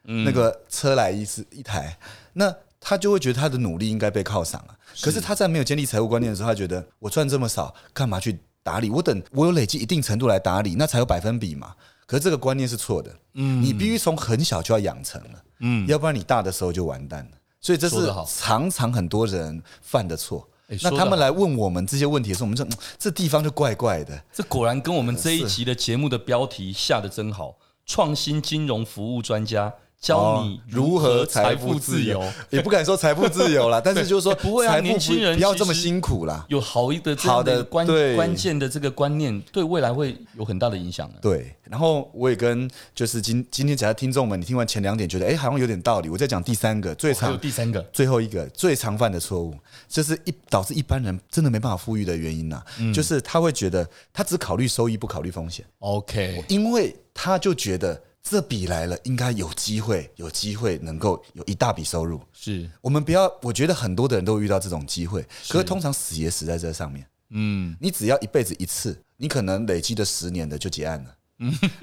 Speaker 2: 那个车来一次一台，那他就会觉得他的努力应该被犒赏啊。可是他在没有建立财务观念的时候，他觉得我赚这么少，干嘛去打理？我等我有累积一定程度来打理，那才有百分比嘛。可是这个观念是错的，嗯，你必须从很小就要养成了，嗯，要不然你大的时候就完蛋了。所以这
Speaker 4: 说
Speaker 2: 是
Speaker 4: 得好
Speaker 2: 常常很多人犯的错。
Speaker 4: 哎
Speaker 2: 那
Speaker 4: 说
Speaker 2: 他
Speaker 4: 得
Speaker 2: 们来问我们这些问题的时候，我们说、嗯这地方就怪怪 的。
Speaker 4: 这果然跟我们这一集的节目的标题下的真好，创新金融服务专家教你
Speaker 2: 哦如何财富
Speaker 4: 富
Speaker 2: 自由
Speaker 4: 由。，
Speaker 2: 也不敢说财富自由啦，但是就是说
Speaker 4: 不会啊
Speaker 2: 财富
Speaker 4: 年轻人
Speaker 2: 不要这么
Speaker 4: 其实
Speaker 2: 辛苦啦。
Speaker 4: 有好一个这
Speaker 2: 好
Speaker 4: 样
Speaker 2: 的
Speaker 4: 的一个关
Speaker 2: 对
Speaker 4: 关键的这个观念，对未来会有很大的影响的。
Speaker 2: 对，然后我也跟就是今今天讲的听众们，你听完前两点觉得哎、诶好像有点道理，我再讲第三个最
Speaker 4: 还哦有
Speaker 2: 常
Speaker 4: 第三个，
Speaker 2: 最后一个最常犯的错误，就是一导致一般人真的没办法富裕的原因呐、
Speaker 4: 嗯
Speaker 2: 就是他会觉得他只考虑收益不考虑风险，
Speaker 4: OK，
Speaker 2: 因为他就觉得这笔来了应该有机会，有机会能够有一大笔收入。
Speaker 4: 是，
Speaker 2: 我们不要，我觉得很多的人都遇到这种机会，可是通常死也死在这上面。
Speaker 4: 嗯，
Speaker 2: 你只要一辈子一次，你可能累积的十年的就结案了。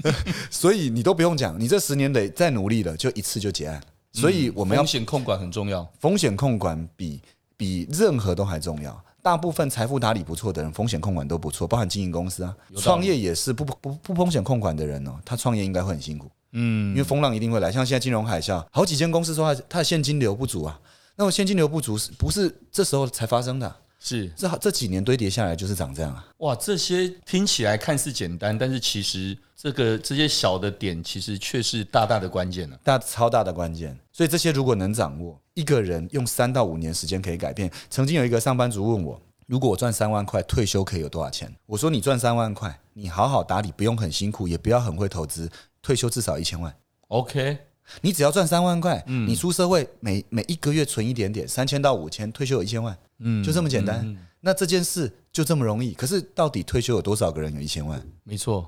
Speaker 2: 所以你都不用讲，你这十年累再努力了，就一次就结案。所以我们要
Speaker 4: 风险控管很重要。
Speaker 2: 风险控管比比任何都还重要。大部分财富打理不错的人，风险控管都不错，包含经营公司啊，创业也是不不不不风险控管的人哦，他创业应该会很辛苦，
Speaker 4: 嗯
Speaker 2: 因为风浪一定会来。像现在金融海啸，好几间公司说它它的现金流不足啊，那么现金流不足是不是这时候才发生的啊、
Speaker 4: 是
Speaker 2: 这这几年堆叠下来就是长这样啊。
Speaker 4: 哇，这些听起来看似简单，但是其实这个这些小的点，其实却是大大的关键了、啊
Speaker 2: 大超大的关键。所以这些如果能掌握，一个人用三到五年时间可以改变。曾经有一个上班族问我，如果我赚三万块，退休可以有多少钱？我说你赚三万块，你好好打理，不用很辛苦，也不要很会投资，退休至少一千万。
Speaker 4: OK，
Speaker 2: 你只要赚三万块，
Speaker 4: 嗯
Speaker 2: 你出社会每每一个月存一点点，三千到五千，退休有一千万，
Speaker 4: 嗯
Speaker 2: 就这么简单。
Speaker 4: 嗯嗯
Speaker 2: 那这件事就这么容易，可是到底退休有多少个人有一千万？
Speaker 4: 没错，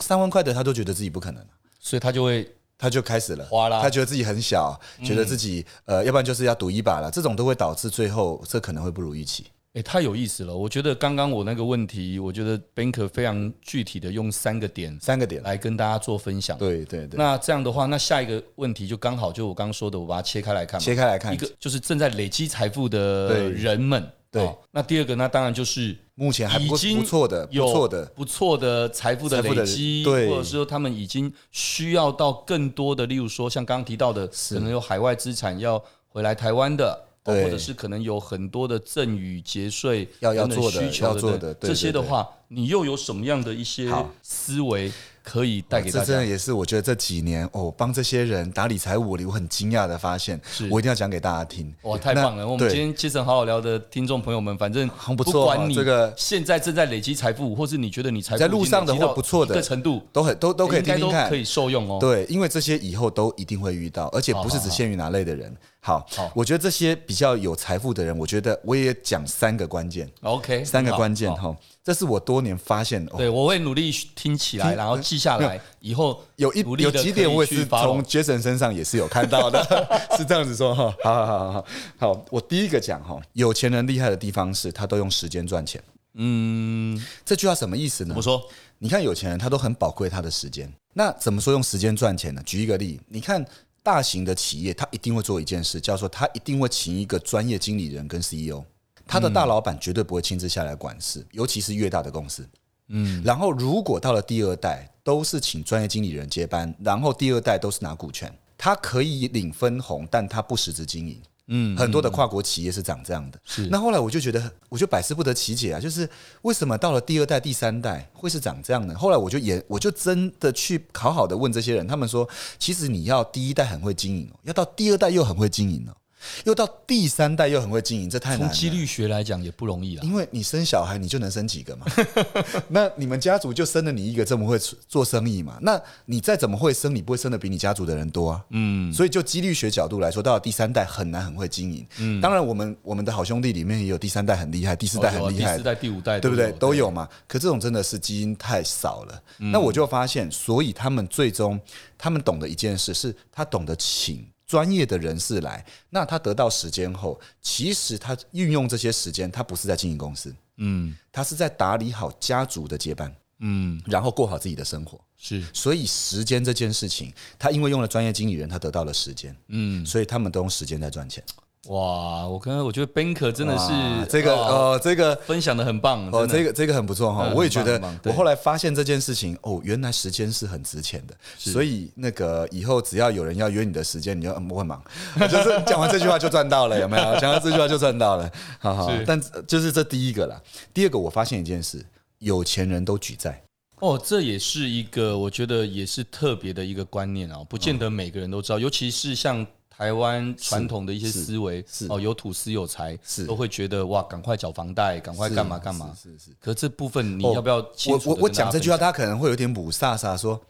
Speaker 2: 三万块的他都觉得自己不可能。
Speaker 4: 所以他就会
Speaker 2: 他就开始了，
Speaker 4: 花啦
Speaker 2: 他觉得自己很小，
Speaker 4: 嗯
Speaker 2: 觉得自己、呃，要不然就是要赌一把了，这种都会导致最后这可能会不如预期。
Speaker 4: 哎、太有意思了！我觉得刚刚我那个问题，我觉得 Banker 非常具体的用三个点
Speaker 2: 三个点，
Speaker 4: 来跟大家做分享。
Speaker 2: 对对对，
Speaker 4: 那这样的话，那下一个问题就刚好就我刚说的，我把它切开来看嘛。
Speaker 2: 切开来看，
Speaker 4: 一个就是正在累积财富的
Speaker 2: 对
Speaker 4: 人们，
Speaker 2: 对
Speaker 4: 哦那第二个，那当然就是
Speaker 2: 目前还不
Speaker 4: 已经
Speaker 2: 不错的，呃不
Speaker 4: 有
Speaker 2: 错的，
Speaker 4: 不错的财富的
Speaker 2: 财富的
Speaker 4: 累积，
Speaker 2: 对
Speaker 4: 或者说他们已经需要到更多的，例如说像刚刚提到的，可能有海外资产要回来台湾的。哦
Speaker 2: 对
Speaker 4: 或者是可能有很多的赠与、节税
Speaker 2: 要要
Speaker 4: 等等
Speaker 2: 做的
Speaker 4: 需求
Speaker 2: 要做的
Speaker 4: 等等
Speaker 2: 对
Speaker 4: 这些的
Speaker 2: 对对
Speaker 4: 话，你又有什么样的一些
Speaker 2: 好
Speaker 4: 思维可以带给
Speaker 2: 这
Speaker 4: 大
Speaker 2: 真
Speaker 4: 家
Speaker 2: 的？也是我觉得这几年哦，帮这些人打理财务，我很惊讶的发现，我一定要讲给大家听。
Speaker 4: 哇，太
Speaker 2: 那
Speaker 4: 棒了！我们
Speaker 2: 对
Speaker 4: 今天接着好好聊的听众朋友们，反正
Speaker 2: 很不错
Speaker 4: 不管你
Speaker 2: 这个
Speaker 4: 现在正在累积财富，或是你觉得你财富
Speaker 2: 在路
Speaker 4: 已经
Speaker 2: 上的
Speaker 4: 累积到
Speaker 2: 或不错的
Speaker 4: 一个程度，
Speaker 2: 都很都都可以
Speaker 4: 应该
Speaker 2: 听听
Speaker 4: 都
Speaker 2: 看
Speaker 4: 可，以受用哦。
Speaker 2: 对，因为这些以后都一定会遇到，而且不是只限于哪类的人。好，
Speaker 4: 好
Speaker 2: 我觉得这些比较有财富的人，我觉得我也讲三个关键。
Speaker 4: OK，
Speaker 2: 三个
Speaker 4: 很好
Speaker 2: 关键
Speaker 4: 好
Speaker 2: 哈，这是我多年发现哦，
Speaker 4: 对，我会努力听起来，
Speaker 2: 听嗯
Speaker 4: 然后记下来，以后
Speaker 2: 有一
Speaker 4: 努力
Speaker 2: 有
Speaker 4: 地
Speaker 2: 几
Speaker 4: 可以
Speaker 2: 点我也
Speaker 4: 去
Speaker 2: 是
Speaker 4: follow
Speaker 2: 从 Jason 身上也是有看到的， 是这样子说哈。好好好好好，好我第一个讲哈，有钱人厉害的地方是他都用时间赚钱。
Speaker 4: 嗯，
Speaker 2: 这句话什么意思呢
Speaker 4: 我？说
Speaker 2: 你看有钱人他都很宝贵他的时间，那怎么说用时间赚钱呢？举一个例，你看大型的企业，他一定会做一件事，叫做他一定会请一个专业经理人跟 E CEO。他的大老板绝对不会亲自下来管事，尤其是越大的公司。嗯，然后如果到了第二代，都是请专业经理人接班，然后第二代都是拿股权，他可以领分红，但他不实质经营。嗯，很多的跨国企业是长这样的。是，那后来我就觉得，我就百思不得其解啊，就是为什么到了第二代、第三代会是长这样呢？后来我就也，我就真的去好好的问这些人，他们说，其实你要第一代很会经营哦，要到第二代又很会经营哦，又到第三代又很会经营，这太难
Speaker 4: 从
Speaker 2: 了。
Speaker 4: 几率学来讲也不容易啦。
Speaker 2: 因为你生小孩，你就能生几个嘛？ 那你们家族就生了你一个这么会做生意嘛？那你再怎么会生，你不会生的比你家族的人多啊？嗯，所以就几率学角度来说，到了第三代很难很会经营。嗯，当然我们我们的好兄弟里面也有第三代很厉害，第四代很
Speaker 4: 哦有啊
Speaker 2: 厉害
Speaker 4: 第四
Speaker 2: 的，
Speaker 4: 代、第五代，
Speaker 2: 对不对？都
Speaker 4: 有。
Speaker 2: 有嘛。可这种真的是基因太少了。
Speaker 4: 嗯
Speaker 2: 那我就发现，所以他们最终他们懂得一件事，是他懂得请专业的人士来。那他得到时间后，其实他运用这些时间，他不是在经营公司，
Speaker 4: 嗯
Speaker 2: 他是在打理好家族的接班，
Speaker 4: 嗯，
Speaker 2: 然后过好自己的生活。
Speaker 4: 是
Speaker 2: 所以时间这件事情，他因为用了专业经理人，他得到了时间，
Speaker 4: 嗯
Speaker 2: 所以他们都用时间在赚钱。
Speaker 4: 哇，我刚刚我觉得 Banker 真的
Speaker 2: 哇
Speaker 4: 是哦
Speaker 2: 这个
Speaker 4: 哇
Speaker 2: 呃，这个
Speaker 4: 分享的很棒，
Speaker 2: 哦，
Speaker 4: 真的
Speaker 2: 这个这个很不错哈
Speaker 4: 嗯，
Speaker 2: 我也觉
Speaker 4: 很
Speaker 2: 得
Speaker 4: 棒很棒，对
Speaker 2: 我后来发现这件事情，哦，原来时间是很值钱的，所以那个以后只要有人要约你的时间，你就嗯我很忙， 就是讲完这句话就赚到了，有没有？讲完这句话就赚到了，好好
Speaker 4: 是。
Speaker 2: 但呃就是这第一个啦，第二个我发现一件事，有钱人都举债，
Speaker 4: 哦，这也是一个我觉得也是特别的一个观念哦，不见得每个人都知道，尤其是像台湾传统的一些
Speaker 2: 嗯是
Speaker 4: 思维
Speaker 2: 是，
Speaker 4: 哦，有土司有财，
Speaker 2: 是
Speaker 4: 都会觉得哇，赶快缴房贷，赶快干嘛干嘛。
Speaker 2: 是是是。
Speaker 4: 可这部分你
Speaker 2: 哦
Speaker 4: 要不要清
Speaker 2: 我
Speaker 4: 楚地
Speaker 2: 我我
Speaker 4: 跟大
Speaker 2: 讲
Speaker 4: 家
Speaker 2: 这句话，
Speaker 4: 分
Speaker 2: 大
Speaker 4: 享
Speaker 2: 家可能会有点母萨萨说，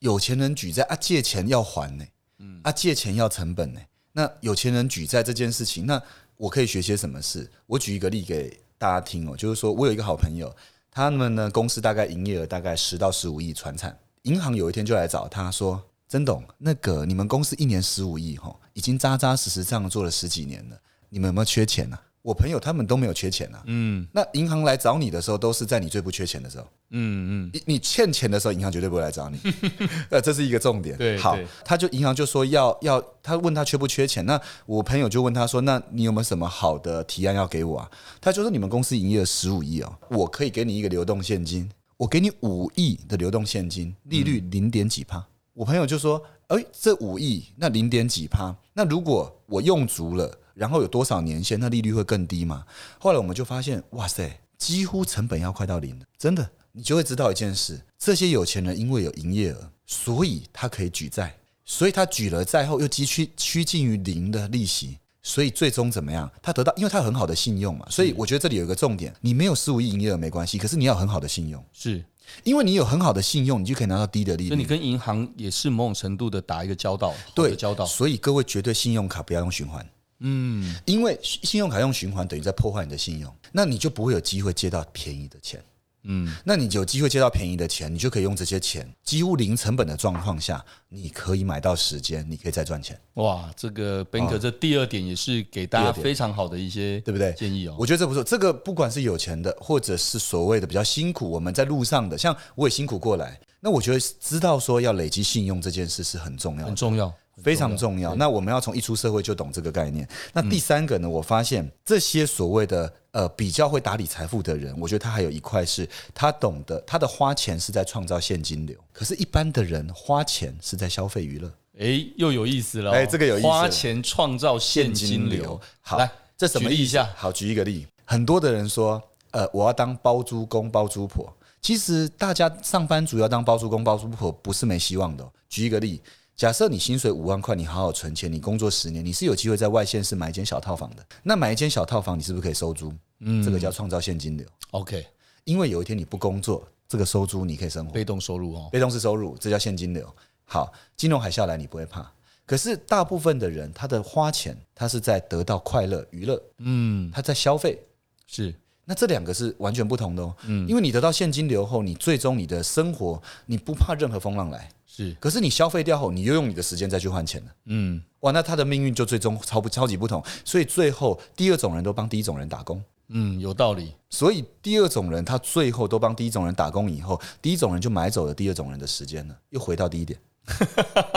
Speaker 2: 有钱人举债啊，借钱要还呢、
Speaker 4: 嗯
Speaker 2: 啊，借钱要成本呢、那有钱人举债这件事情，那我可以学些什么事？我举一个例给大家听哦，就是说我有一个好朋友，他们呢公司大概营业额大概十到十五亿传产，银行有一天就来找他说。曾董，那个你们公司一年十五亿哈，已经扎扎实实这样做了十几年了，你们有没有缺钱啊？我朋友他们都没有缺钱啊。嗯，那银行来找你的时候，都是在你最不缺钱的时候。
Speaker 4: 嗯嗯，
Speaker 2: 你你欠钱的时候，银行绝对不会来找你， 呃，这是一个重点。
Speaker 4: 对
Speaker 2: 好
Speaker 4: 对，
Speaker 2: 他就银行就说要要，他问他缺不缺钱，那我朋友就问他说，那你有没有什么好的提案要给我啊？他就说你们公司营业额十五亿哦，我可以给你一个流动现金，我给你五亿的流动现金，利率零点几趴。我朋友就说，哎、这五亿那零点几趴，那如果我用足了，然后有多少年限，那利率会更低吗？后来我们就发现，哇塞，几乎成本要快到零了，真的，你就会知道一件事：这些有钱人因为有营业额，所以他可以举债，所以他举了债后又急趋趋近于零的利息。所以最终怎么样？他得到，因为他有很好的信用嘛。所以我觉得这里有一个重点：你没有十五亿营业额没关系，可是你要有很好的信用，
Speaker 4: 是，
Speaker 2: 因为你有很好的信用，你就可以拿到低的利
Speaker 4: 所以你
Speaker 2: 率。
Speaker 4: 跟银行也是某种程度的打一个交道，好的
Speaker 2: 对，
Speaker 4: 交道。
Speaker 2: 所以各位绝对信用卡不要用循环。嗯，因为信用卡用循环等于在破坏你的信用，那你就不会有机会借到便宜的钱。
Speaker 4: 嗯，
Speaker 2: 那你有机会借到便宜的钱，你就可以用这些钱，几乎零成本的状况下，你可以买到时间，你可以再赚钱，
Speaker 4: 哇，这个 Banker 这第二点也是给
Speaker 2: 啊
Speaker 4: 大
Speaker 2: 第
Speaker 4: 家
Speaker 2: 二点
Speaker 4: 非常好的一些
Speaker 2: 对不对？
Speaker 4: 建议哦。
Speaker 2: 我觉得这不错，这个不管是有钱的，或者是所谓的比较辛苦，我们在路上的，像我也辛苦过来，那我觉得知道说要累积信用这件事是很重要的
Speaker 4: 很，重要，
Speaker 2: 非常重要。嗯那我们要从一出社会就懂这个概念。那第三个呢，我发现这些所谓的呃比较会打理财富的人，我觉得他还有一块是他懂得他的花钱是在创造现金流，可是，一般的人花钱是在消费娱乐。
Speaker 4: 哎，又有意思了哦。
Speaker 2: 哎这个有意思
Speaker 4: 花钱创造现金流。
Speaker 2: 好
Speaker 4: 来，
Speaker 2: 这什么
Speaker 4: 举例
Speaker 2: 意
Speaker 4: 一
Speaker 2: 思
Speaker 4: 下？
Speaker 2: 好，举一个例，很多的人说，呃，我要当包租公、包租婆。其实大家上班族要当包租公、包租婆不是没希望的哦、举一个例，假设你薪水五万块，你好好存钱，你工作十年，你是有机会在外县市买一间小套房的。那买一间小套房，你是不是可以收租？嗯，这个叫创造现金流，
Speaker 4: OK，
Speaker 2: 因为有一天你不工作，这个收租你可以生活。
Speaker 4: 被动收入哦。
Speaker 2: 被动式收入，这叫现金流。好，金融海啸来你不会怕，可是大部分的人他的花钱，他是在得到快乐、娱乐，
Speaker 4: 嗯，
Speaker 2: 他在消费。
Speaker 4: 是
Speaker 2: 那这两个是完全不同的哦，
Speaker 4: 嗯
Speaker 2: 因为你得到现金流后，你最终你的生活你不怕任何风浪来，
Speaker 4: 是，
Speaker 2: 可是你消费掉后，你又用你的时间再去换钱了，
Speaker 4: 嗯，
Speaker 2: 哇，那他的命运就最终超不超级不同，所以最后第二种人都帮第一种人打工，
Speaker 4: 嗯，有道理。
Speaker 2: 所以第二种人他最后都帮第一种人打工以后，第一种人就买走了第二种人的时间了，又回到第一点。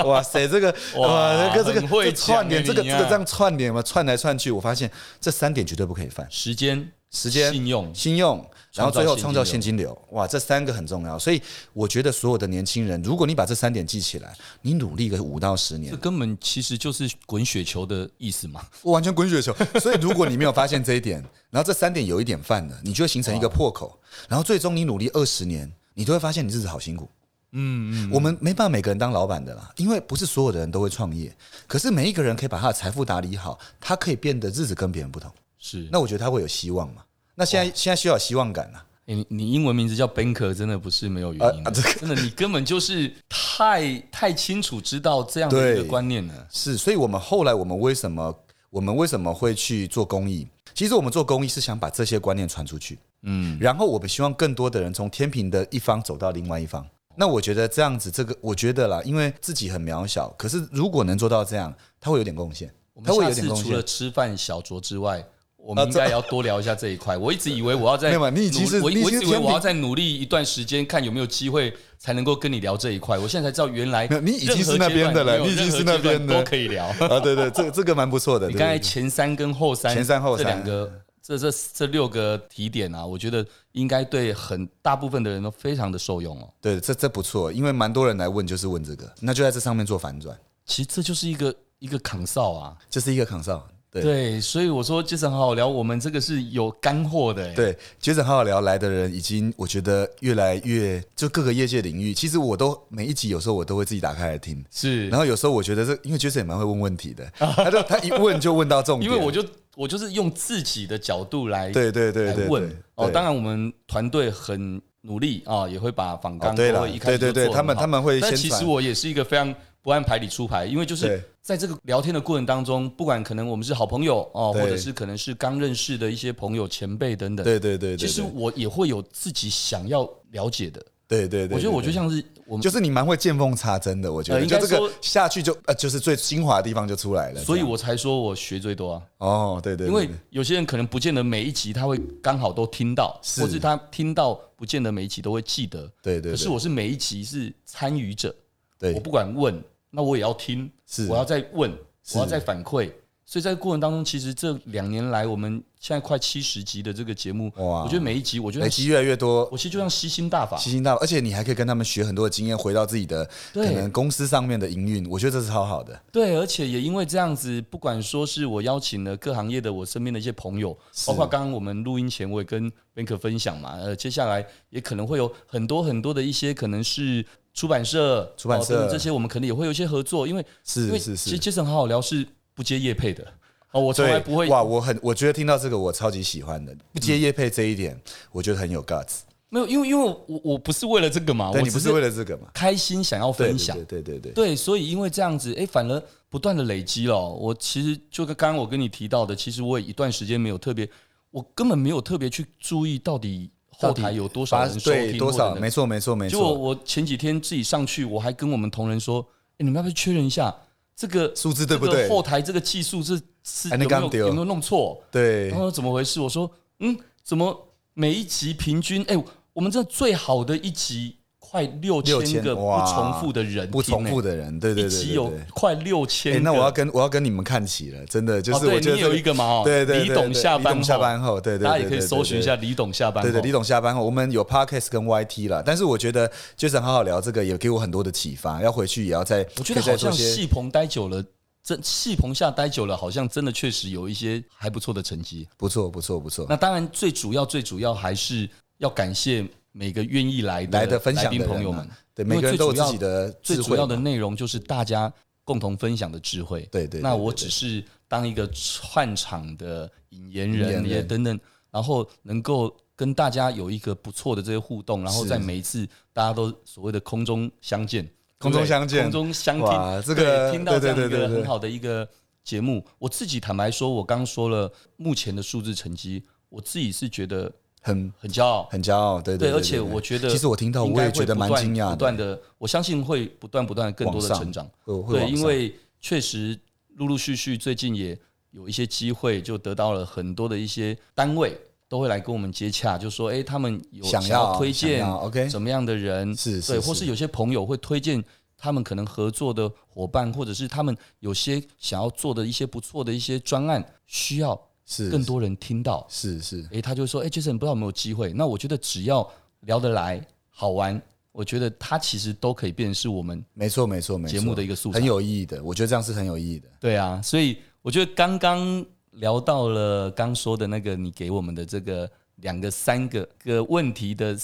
Speaker 2: 哇塞，这个
Speaker 4: 哇
Speaker 2: 哇，这个这
Speaker 4: 很
Speaker 2: 个这
Speaker 4: 会
Speaker 2: 串联，这
Speaker 4: 讲
Speaker 2: 个
Speaker 4: 欸你
Speaker 2: 这
Speaker 4: 啊
Speaker 2: 个这样串联嘛，串来串去，我发现这三点绝对不可以犯：
Speaker 4: 时间、
Speaker 2: 时间、
Speaker 4: 信用，
Speaker 2: 信用，然后最后
Speaker 4: 创
Speaker 2: 创
Speaker 4: 造
Speaker 2: 造
Speaker 4: 现
Speaker 2: 现金流。哇，这三个很重要，所以我觉得所有的年轻人，如果你把这三点记起来，你努力个五到十年
Speaker 4: 这，根本其实就是滚雪球的意思嘛。
Speaker 2: 我完全滚雪球。 所以如果你没有发现这一点，然后这三点有一点犯了，你就会形成一个破口，然后最终你努力二十年，你都会发现你日子好辛苦。嗯嗯，我们没办法每个人当老板的啦，因为不是所有的人都会创业。可是每一个人可以把他的财富打理好，他可以变得日子跟别人不同。
Speaker 4: 是，
Speaker 2: 那我觉得他会有希望嘛？那现在现在需要有希望感啦、
Speaker 4: 诶你你英文名字叫 Banker，真的不是没有原因的。
Speaker 2: 啊啊这
Speaker 4: 真的，你根本就是太太清楚知道这样的一个
Speaker 2: 对
Speaker 4: 观念了。
Speaker 2: 是，所以我们后来我们为什么我们为什么会去做公益？其实我们做公益是想把这些观念传出去，嗯，然后我们希望更多的人从天平的一方走到另外一方。那我觉得这样子，这个我觉得啦，因为自己很渺小，可是如果能做到这样，他会有点贡献
Speaker 4: 我，
Speaker 2: 他
Speaker 4: 们
Speaker 2: 会
Speaker 4: 下
Speaker 2: 有
Speaker 4: 次
Speaker 2: 点贡
Speaker 4: 除了
Speaker 2: 献。
Speaker 4: 吃饭小酌之外，我们应该也要多聊一下这一块。我一直以为我要在
Speaker 2: 没有
Speaker 4: 努，
Speaker 2: 嘛你已经是
Speaker 4: 我我
Speaker 2: 你已
Speaker 4: 一
Speaker 2: 经
Speaker 4: 直以为
Speaker 2: 天平
Speaker 4: 我要再努力一段时间，看有没有机会才能够跟你聊这一块。我现在才知道原来
Speaker 2: 没有你已经
Speaker 4: 任何
Speaker 2: 是那边的了
Speaker 4: 阶段没有
Speaker 2: 你已经
Speaker 4: 任何
Speaker 2: 是那
Speaker 4: 阶段
Speaker 2: 边的
Speaker 4: 都可以聊。
Speaker 2: 啊，对对，这个这个蛮不错的。
Speaker 4: 你
Speaker 2: 对
Speaker 4: 刚才
Speaker 2: 对对
Speaker 4: 前三跟后三，
Speaker 2: 前三后三
Speaker 4: 这两个。这这这六个提点啊，我觉得应该对很大部分的人都非常的受用哦。
Speaker 2: 对这这不错，因为蛮多人来问就是问这个，那就在这上面做反转，
Speaker 4: 其实这就是一个一个扛哨啊，
Speaker 2: 这是一个 c o n s u l 对
Speaker 4: 对，所以我说杰森好好聊，我们这个是有干货的、欸。
Speaker 2: 对，接着好好聊来的人，已经我觉得越来越就各个业界领域，其实我都每一集有时候我都会自己打开来听。
Speaker 4: 是，
Speaker 2: 然后有时候我觉得这，因为 Jason 也蛮会问问题 的，他就他一问就问到重
Speaker 4: 因
Speaker 2: 点。
Speaker 4: 为我就我就是用自己的角度来
Speaker 2: 对对对对
Speaker 4: 来
Speaker 2: 对
Speaker 4: 问哦。
Speaker 2: 对
Speaker 4: 当然，我们团队很努力啊、也会把访
Speaker 2: 哦
Speaker 4: 纲
Speaker 2: 对
Speaker 4: 都
Speaker 2: 了
Speaker 4: 会一，开
Speaker 2: 对
Speaker 4: 始
Speaker 2: 对
Speaker 4: 就做
Speaker 2: 对，
Speaker 4: 得
Speaker 2: 他们
Speaker 4: 很好
Speaker 2: 他们会
Speaker 4: 但
Speaker 2: 先
Speaker 4: 其实
Speaker 2: 传
Speaker 4: 我也是一个非常不按牌理出牌，因为就是
Speaker 2: 对
Speaker 4: 在这个聊天的过程当中，不管可能我们是好朋友哦，
Speaker 2: 对
Speaker 4: 或者是可能是刚认识的一些朋友、前辈等等。
Speaker 2: 对对对对，
Speaker 4: 其实
Speaker 2: 对
Speaker 4: 我也会有自己想要了解的。
Speaker 2: 对对对，
Speaker 4: 我觉
Speaker 2: 对
Speaker 4: 得我就
Speaker 2: 对
Speaker 4: 像是我们，
Speaker 2: 就是你蛮会见缝插针的，我觉得
Speaker 4: 呃应
Speaker 2: 就
Speaker 4: 该
Speaker 2: 这个
Speaker 4: 说
Speaker 2: 下去就呃就是最精华的地方就出来了。
Speaker 4: 所以
Speaker 2: 这样
Speaker 4: 我才说我学最多啊。
Speaker 2: 哦对对，
Speaker 4: 因
Speaker 2: 对
Speaker 4: 为有些人可能不见得每一集他会刚好都听到，
Speaker 2: 是
Speaker 4: 或是他听到不见得每一集都会记得。
Speaker 2: 对对对，
Speaker 4: 可是我是每一集是参与者，
Speaker 2: 对
Speaker 4: 我不管问，那我也要听，
Speaker 2: 是
Speaker 4: 我要再问，
Speaker 2: 是
Speaker 4: 我要再反馈。所以在过程当中，其实这两年来，我们现在快七十集的这个节目，
Speaker 2: 哇
Speaker 4: 我觉得每一集，我觉
Speaker 2: 累
Speaker 4: 得
Speaker 2: 积越来越多
Speaker 4: 我，其实就像吸星大法，
Speaker 2: 吸星到，而且你还可以跟他们学很多的经验，回到自己的可
Speaker 4: 对
Speaker 2: 能公司上面的营运，我觉得这是超好的。
Speaker 4: 对，而且也因为这样子，不管说是我邀请了各行业的我身边的一些朋友，包括刚刚我们录音前我也跟 Banker 分享嘛，呃，接下来也可能会有很多很多的一些可能是出版社、
Speaker 2: 出版社
Speaker 4: 哦等等这些，我们可能也会有一些合作，因为因
Speaker 2: 是
Speaker 4: 为
Speaker 2: 是
Speaker 4: 其实
Speaker 2: 是，
Speaker 4: 杰森好好聊是不接业配的哦，我从来
Speaker 2: 对，
Speaker 4: 不会
Speaker 2: 哇，我很我觉得听到这个我超级喜欢的，不接叶配这一点，我觉得很有 guts。
Speaker 4: 没有，因为因为我我不是为了这个啊嘛，我
Speaker 2: 但你不
Speaker 4: 只
Speaker 2: 是为了这个嘛？
Speaker 4: 开心想要
Speaker 2: 对
Speaker 4: 分享
Speaker 2: 对。对对对对，
Speaker 4: 对，所以因为这样子，哎，反而不断的累积了哦。我其实就跟刚刚我跟你提到的，其实我也一段时间没有特别，我根本没有特别去注意到底后台有多少
Speaker 2: 八
Speaker 4: 人收听
Speaker 2: 对多
Speaker 4: 或
Speaker 2: 少？
Speaker 4: 者
Speaker 2: 没错没错没
Speaker 4: 结果
Speaker 2: 错，
Speaker 4: 我前几天自己上去，我还跟我们同仁说，哎，你们要不要确认一下这个
Speaker 2: 数字对不
Speaker 4: 这
Speaker 2: 对哎
Speaker 4: 个？后台这个技术是是
Speaker 2: 还
Speaker 4: 有
Speaker 2: 能
Speaker 4: 没
Speaker 2: 干
Speaker 4: 有
Speaker 2: 掉
Speaker 4: 有没有弄错？
Speaker 2: 对
Speaker 4: 然后怎么回事？我说，嗯，怎么每一集平均？哎，我们这最好的一集快六
Speaker 2: 6000
Speaker 4: 千个不
Speaker 2: 哇
Speaker 4: 重复的人听，
Speaker 2: 不重
Speaker 4: 诶
Speaker 2: 复的人，对对
Speaker 4: 一
Speaker 2: 对
Speaker 4: 集
Speaker 2: 对
Speaker 4: 有
Speaker 2: 对。
Speaker 4: 快六
Speaker 2: 哎、
Speaker 4: 千。哦
Speaker 2: 那我要跟我要跟你们看齐了，真的就是
Speaker 4: 哦对
Speaker 2: 我觉得、
Speaker 4: 你有一个嘛哦
Speaker 2: 对对对
Speaker 4: 李
Speaker 2: 对
Speaker 4: 董下班哦
Speaker 2: 李董下班后，对对对
Speaker 4: 大家也可以搜寻一。下
Speaker 2: 对对对
Speaker 4: 李董下班哦后。
Speaker 2: 对对，李董下班后，我们有 podcast 跟 YT 了，但是我觉得 Jason 好好聊这个也给我很多的启发，要回去也要再
Speaker 4: 我觉
Speaker 2: 可
Speaker 4: 得
Speaker 2: 以再
Speaker 4: 好
Speaker 2: 做
Speaker 4: 像
Speaker 2: 些
Speaker 4: 戏棚待久了，真戏棚下待久了，好像真的确实有一些还不错的成绩。
Speaker 2: 不错不错不错
Speaker 4: 那，当然，最主要最主要还是要感谢每个愿意来的
Speaker 2: 来的分享
Speaker 4: 来宾
Speaker 2: 的人啊
Speaker 4: 朋友们。
Speaker 2: 对
Speaker 4: 因为
Speaker 2: 每个人都有
Speaker 4: 最主要
Speaker 2: 自己的智
Speaker 4: 最
Speaker 2: 慧
Speaker 4: 主要的
Speaker 2: 嘛
Speaker 4: 内容就是大家共同分享的智慧。
Speaker 2: 对对对
Speaker 4: 那
Speaker 2: 对
Speaker 4: 我
Speaker 2: 对
Speaker 4: 只是当一个串场的引言
Speaker 2: 引言
Speaker 4: 人也
Speaker 2: 人
Speaker 4: 等等，然后能够跟大家有一个不错的这些互动，然后
Speaker 2: 是
Speaker 4: 在每一次大家都所谓的空中相见，
Speaker 2: 空中相见
Speaker 4: 空中相
Speaker 2: 哇
Speaker 4: 听，
Speaker 2: 这个
Speaker 4: 对听到
Speaker 2: 对对
Speaker 4: 这样一
Speaker 2: 对对
Speaker 4: 个
Speaker 2: 对
Speaker 4: 很好的一个节目。我自己坦白说，我刚说了目前的数字成绩，我自己是觉得
Speaker 2: 很
Speaker 4: 很骄傲，
Speaker 2: 很骄傲，对
Speaker 4: 对，
Speaker 2: 对，
Speaker 4: 而且我觉得，
Speaker 2: 其实我听到我也觉得蛮惊讶
Speaker 4: 不断的，我相信会不断不断更多的成长。，
Speaker 2: 会会
Speaker 4: 对，
Speaker 2: 往
Speaker 4: 因
Speaker 2: 上
Speaker 4: 为确实陆陆续续最近也有一些机会，就得到了很多的一些单位都会来跟我们接洽，就说哎、诶他们有
Speaker 2: 想
Speaker 4: 想
Speaker 2: 要
Speaker 4: 要推荐
Speaker 2: 想要 OK
Speaker 4: 怎么样的人，
Speaker 2: 是是
Speaker 4: 对，
Speaker 2: 是
Speaker 4: 或是有些朋友会推荐。他们可能合作的伙伴，或者是他们有些想要做的一些不错的一些专案，需要
Speaker 2: 是
Speaker 4: 更多人听到，哎
Speaker 2: 是是
Speaker 4: 诶，他就说，诶 j a s o n 不知道有没有机会？那我觉得只要聊得来、好玩，我觉得他其实都可以变成是我们
Speaker 2: 没错没错没错，
Speaker 4: 节目的一个素材
Speaker 2: 很有意义的，我觉得这样是很有意义的。
Speaker 4: 对啊。所以我觉得刚刚聊到了刚说的那个你给我们的这个两个、三个个问题的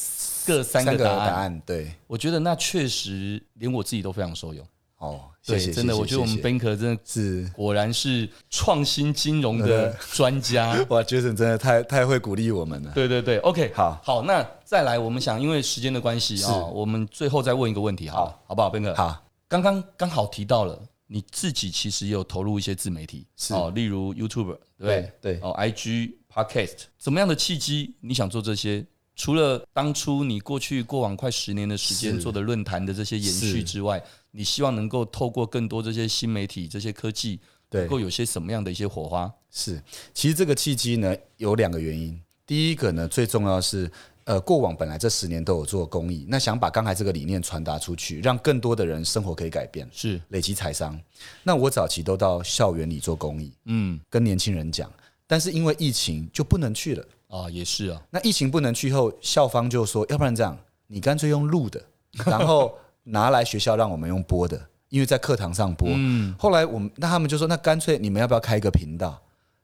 Speaker 4: 各三个
Speaker 2: 个
Speaker 4: 答
Speaker 2: 答
Speaker 4: 案，
Speaker 2: 案对，
Speaker 4: 我觉得那确实连我自己都非常受用。
Speaker 2: 哦，谢
Speaker 4: 对，
Speaker 2: 谢，
Speaker 4: 真的，
Speaker 2: 谢谢
Speaker 4: 我觉得我们
Speaker 2: 谢谢
Speaker 4: Banker 真的
Speaker 2: 是
Speaker 4: 果然是创新金融 的专家。
Speaker 2: 哇，Jason 真的太太会鼓励我们了。
Speaker 4: 对对对，OK，
Speaker 2: 好
Speaker 4: 好，那再来，我们想因为时间的关系啊、我们最后再问一个问题好了，好不好，Ben 哥？，
Speaker 2: 好，
Speaker 4: 刚刚刚好提到了你自己其实也有投入一些自媒体，
Speaker 2: 是
Speaker 4: 哦，例如 YouTube，对不对
Speaker 2: 对对
Speaker 4: 哦，IG、Podcast，怎么样的契机你想做这些？除了当初你过去过往快十年的时间
Speaker 2: 是
Speaker 4: 做的论坛的这些延续
Speaker 2: 是
Speaker 4: 之外，你希望能够透过更多这些新媒体、这些科技，
Speaker 2: 对
Speaker 4: 能，够有些什么样的一些火花？
Speaker 2: 是，其实这个契机呢有两个原因，第一个呢最重要的是。呃，过往本来这十年都有做公益，那想把刚才这个理念传达出去，让更多的人生活可以改变，
Speaker 4: 是，
Speaker 2: 累积财商。那我早期都到校园里做公益，
Speaker 4: 嗯，
Speaker 2: 跟年轻人讲，但是因为疫情就不能去了。
Speaker 4: 啊，也是啊，
Speaker 2: 那疫情不能去后，校方就说，要不然这样，你干脆用录的，然后拿来学校让我们用播的，因为在课堂上播。后来我们那他们就说，那干脆你们要不要开一个频道？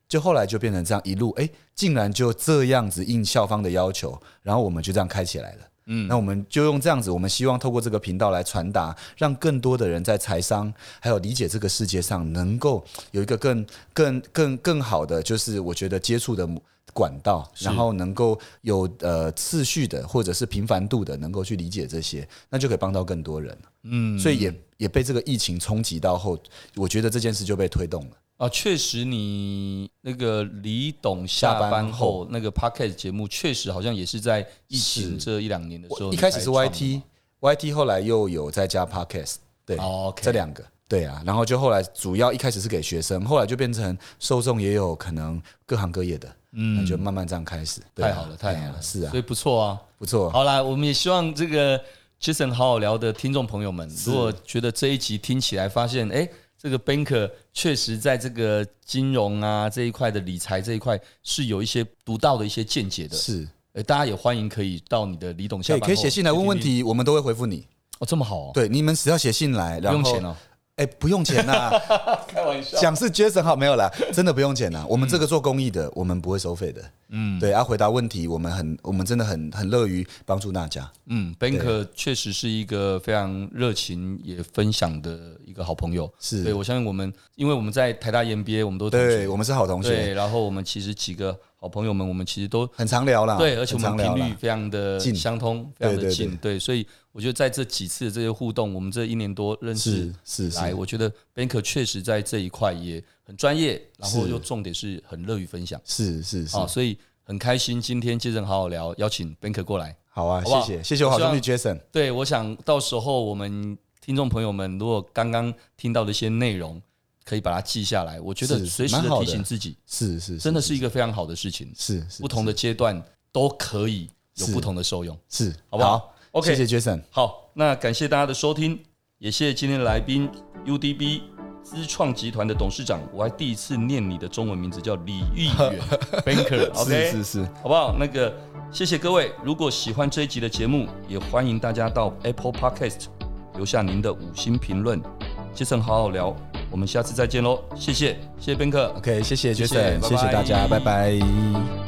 Speaker 2: 就后来就变成这样一路，哎、竟然就这样子应校方的要求，然后我们就这样开起来了。嗯，那我们就用这样子，我们希望透过这个频道来传达，让更多的人在财商还有理解这个世界上，能够有一个更更更更好的，就是我觉得接触的管道，然后能够有呃次序的或者是频繁度的，能够去理解这些，那就可以帮到更多人。嗯，所以也也被这个疫情冲击到后，我觉得这件事就被推动了。
Speaker 4: 啊，确实，你那个李董下
Speaker 2: 下
Speaker 4: 班
Speaker 2: 班后
Speaker 4: 后那个 podcast 节目，确实好像也是在疫
Speaker 2: 是
Speaker 4: 情这一两年的时候
Speaker 2: 一
Speaker 4: 你
Speaker 2: 开
Speaker 4: 才
Speaker 2: 始
Speaker 4: 创的嘛，
Speaker 2: 是 YT，YT 后来又有再加 Podcast，对，
Speaker 4: 哦，OK
Speaker 2: 这两个。对啊，然后就后来主要一开始是给学生，后来就变成受众也有可能各行各业的，嗯，就慢慢这样开始。对啊
Speaker 4: 太好了，太
Speaker 2: 对
Speaker 4: 好
Speaker 2: 啊
Speaker 4: 了，
Speaker 2: 是啊
Speaker 4: 所，以不错啊。
Speaker 2: 不错，
Speaker 4: 好啦，我们也希望这个 Jason 好好聊的听众朋友们，如果觉得这一集听起来发现，哎、这个 Banker 确实在这个金融啊这一块的理财这一块是有一些独到的一些见解的，
Speaker 2: 是，
Speaker 4: 呃，大家也欢迎可以到你的李董下
Speaker 2: 可以
Speaker 4: 班后
Speaker 2: 可以写信来问问
Speaker 4: 去听
Speaker 2: 题，我们都会回复你。
Speaker 4: 听哦，这么好哦，
Speaker 2: 对，你们只要写信来，
Speaker 4: 不
Speaker 2: 然后
Speaker 4: 用钱哦，
Speaker 2: 哎、不用钱呐、
Speaker 4: 开玩笑，嗯
Speaker 2: 讲是 Jason 好没有 啦，真的不用钱呐、啊我们这个做公益的，我们不会收费的。嗯，对，啊，回答问题，我们很，我们真的很很乐于帮助大家。
Speaker 4: 嗯，Banker 确实是一个非常热情也分享的一个好朋友，
Speaker 2: 是
Speaker 4: 对我相信我们，因为我们在台大 MBA，我们都同学
Speaker 2: 对我们是好同
Speaker 4: 对，
Speaker 2: 学，
Speaker 4: 然后我们其实几个好朋友们，我们其实都
Speaker 2: 很常聊啦。
Speaker 4: 对，而且我
Speaker 2: 啊很常
Speaker 4: 们频
Speaker 2: 聊
Speaker 4: 率
Speaker 2: 啦。
Speaker 4: 非常的
Speaker 2: 近
Speaker 4: 相通，非常的
Speaker 2: 对对
Speaker 4: 近，对，所以我觉得在这几次的这些互动，我们这一年多认识
Speaker 2: 是是
Speaker 4: 来，
Speaker 2: 是，
Speaker 4: 我觉得 Banker 确实在这一块也很专业，然后
Speaker 2: 是
Speaker 4: 又重点是很乐于分享
Speaker 2: 是是是
Speaker 4: 啊，，所以很开心今天接着好好聊，邀请 Banker 过来。
Speaker 2: 好啊，
Speaker 4: 好不好
Speaker 2: 谢谢谢谢我好兄弟 Jason，
Speaker 4: 对，我想到时候我们听众朋友们，如果刚刚听到的一些内容，可以把它记下来，我觉得
Speaker 2: 是
Speaker 4: 随时
Speaker 2: 蛮
Speaker 4: 的
Speaker 2: 好
Speaker 4: 提
Speaker 2: 的
Speaker 4: 醒自己，
Speaker 2: 是是
Speaker 4: 真的是一个非常好的事情。
Speaker 2: 是是
Speaker 4: 不同的阶段都可以有
Speaker 2: 是
Speaker 4: 不同的受用，
Speaker 2: 是，
Speaker 4: 好不好？OK，
Speaker 2: 谢谢 Jason，
Speaker 4: 好，那感谢大家的收听，也谢谢今天的来宾 UDB 资创集团的董事长，我还第一次念你的中文名字叫李玉 远
Speaker 2: 是
Speaker 4: Banker，OK，、
Speaker 2: 是是，
Speaker 4: 好不好？那个谢谢各位，如果喜欢这一集的节目，也欢迎大家到 Apple Podcast 留下您的五星评论，杰森好好聊，我们下次再见喽，谢谢，谢谢 Banker。
Speaker 2: OK，谢谢
Speaker 4: 谢谢
Speaker 2: Jason，
Speaker 4: 拜
Speaker 2: 谢谢大家，
Speaker 4: 拜
Speaker 2: 拜拜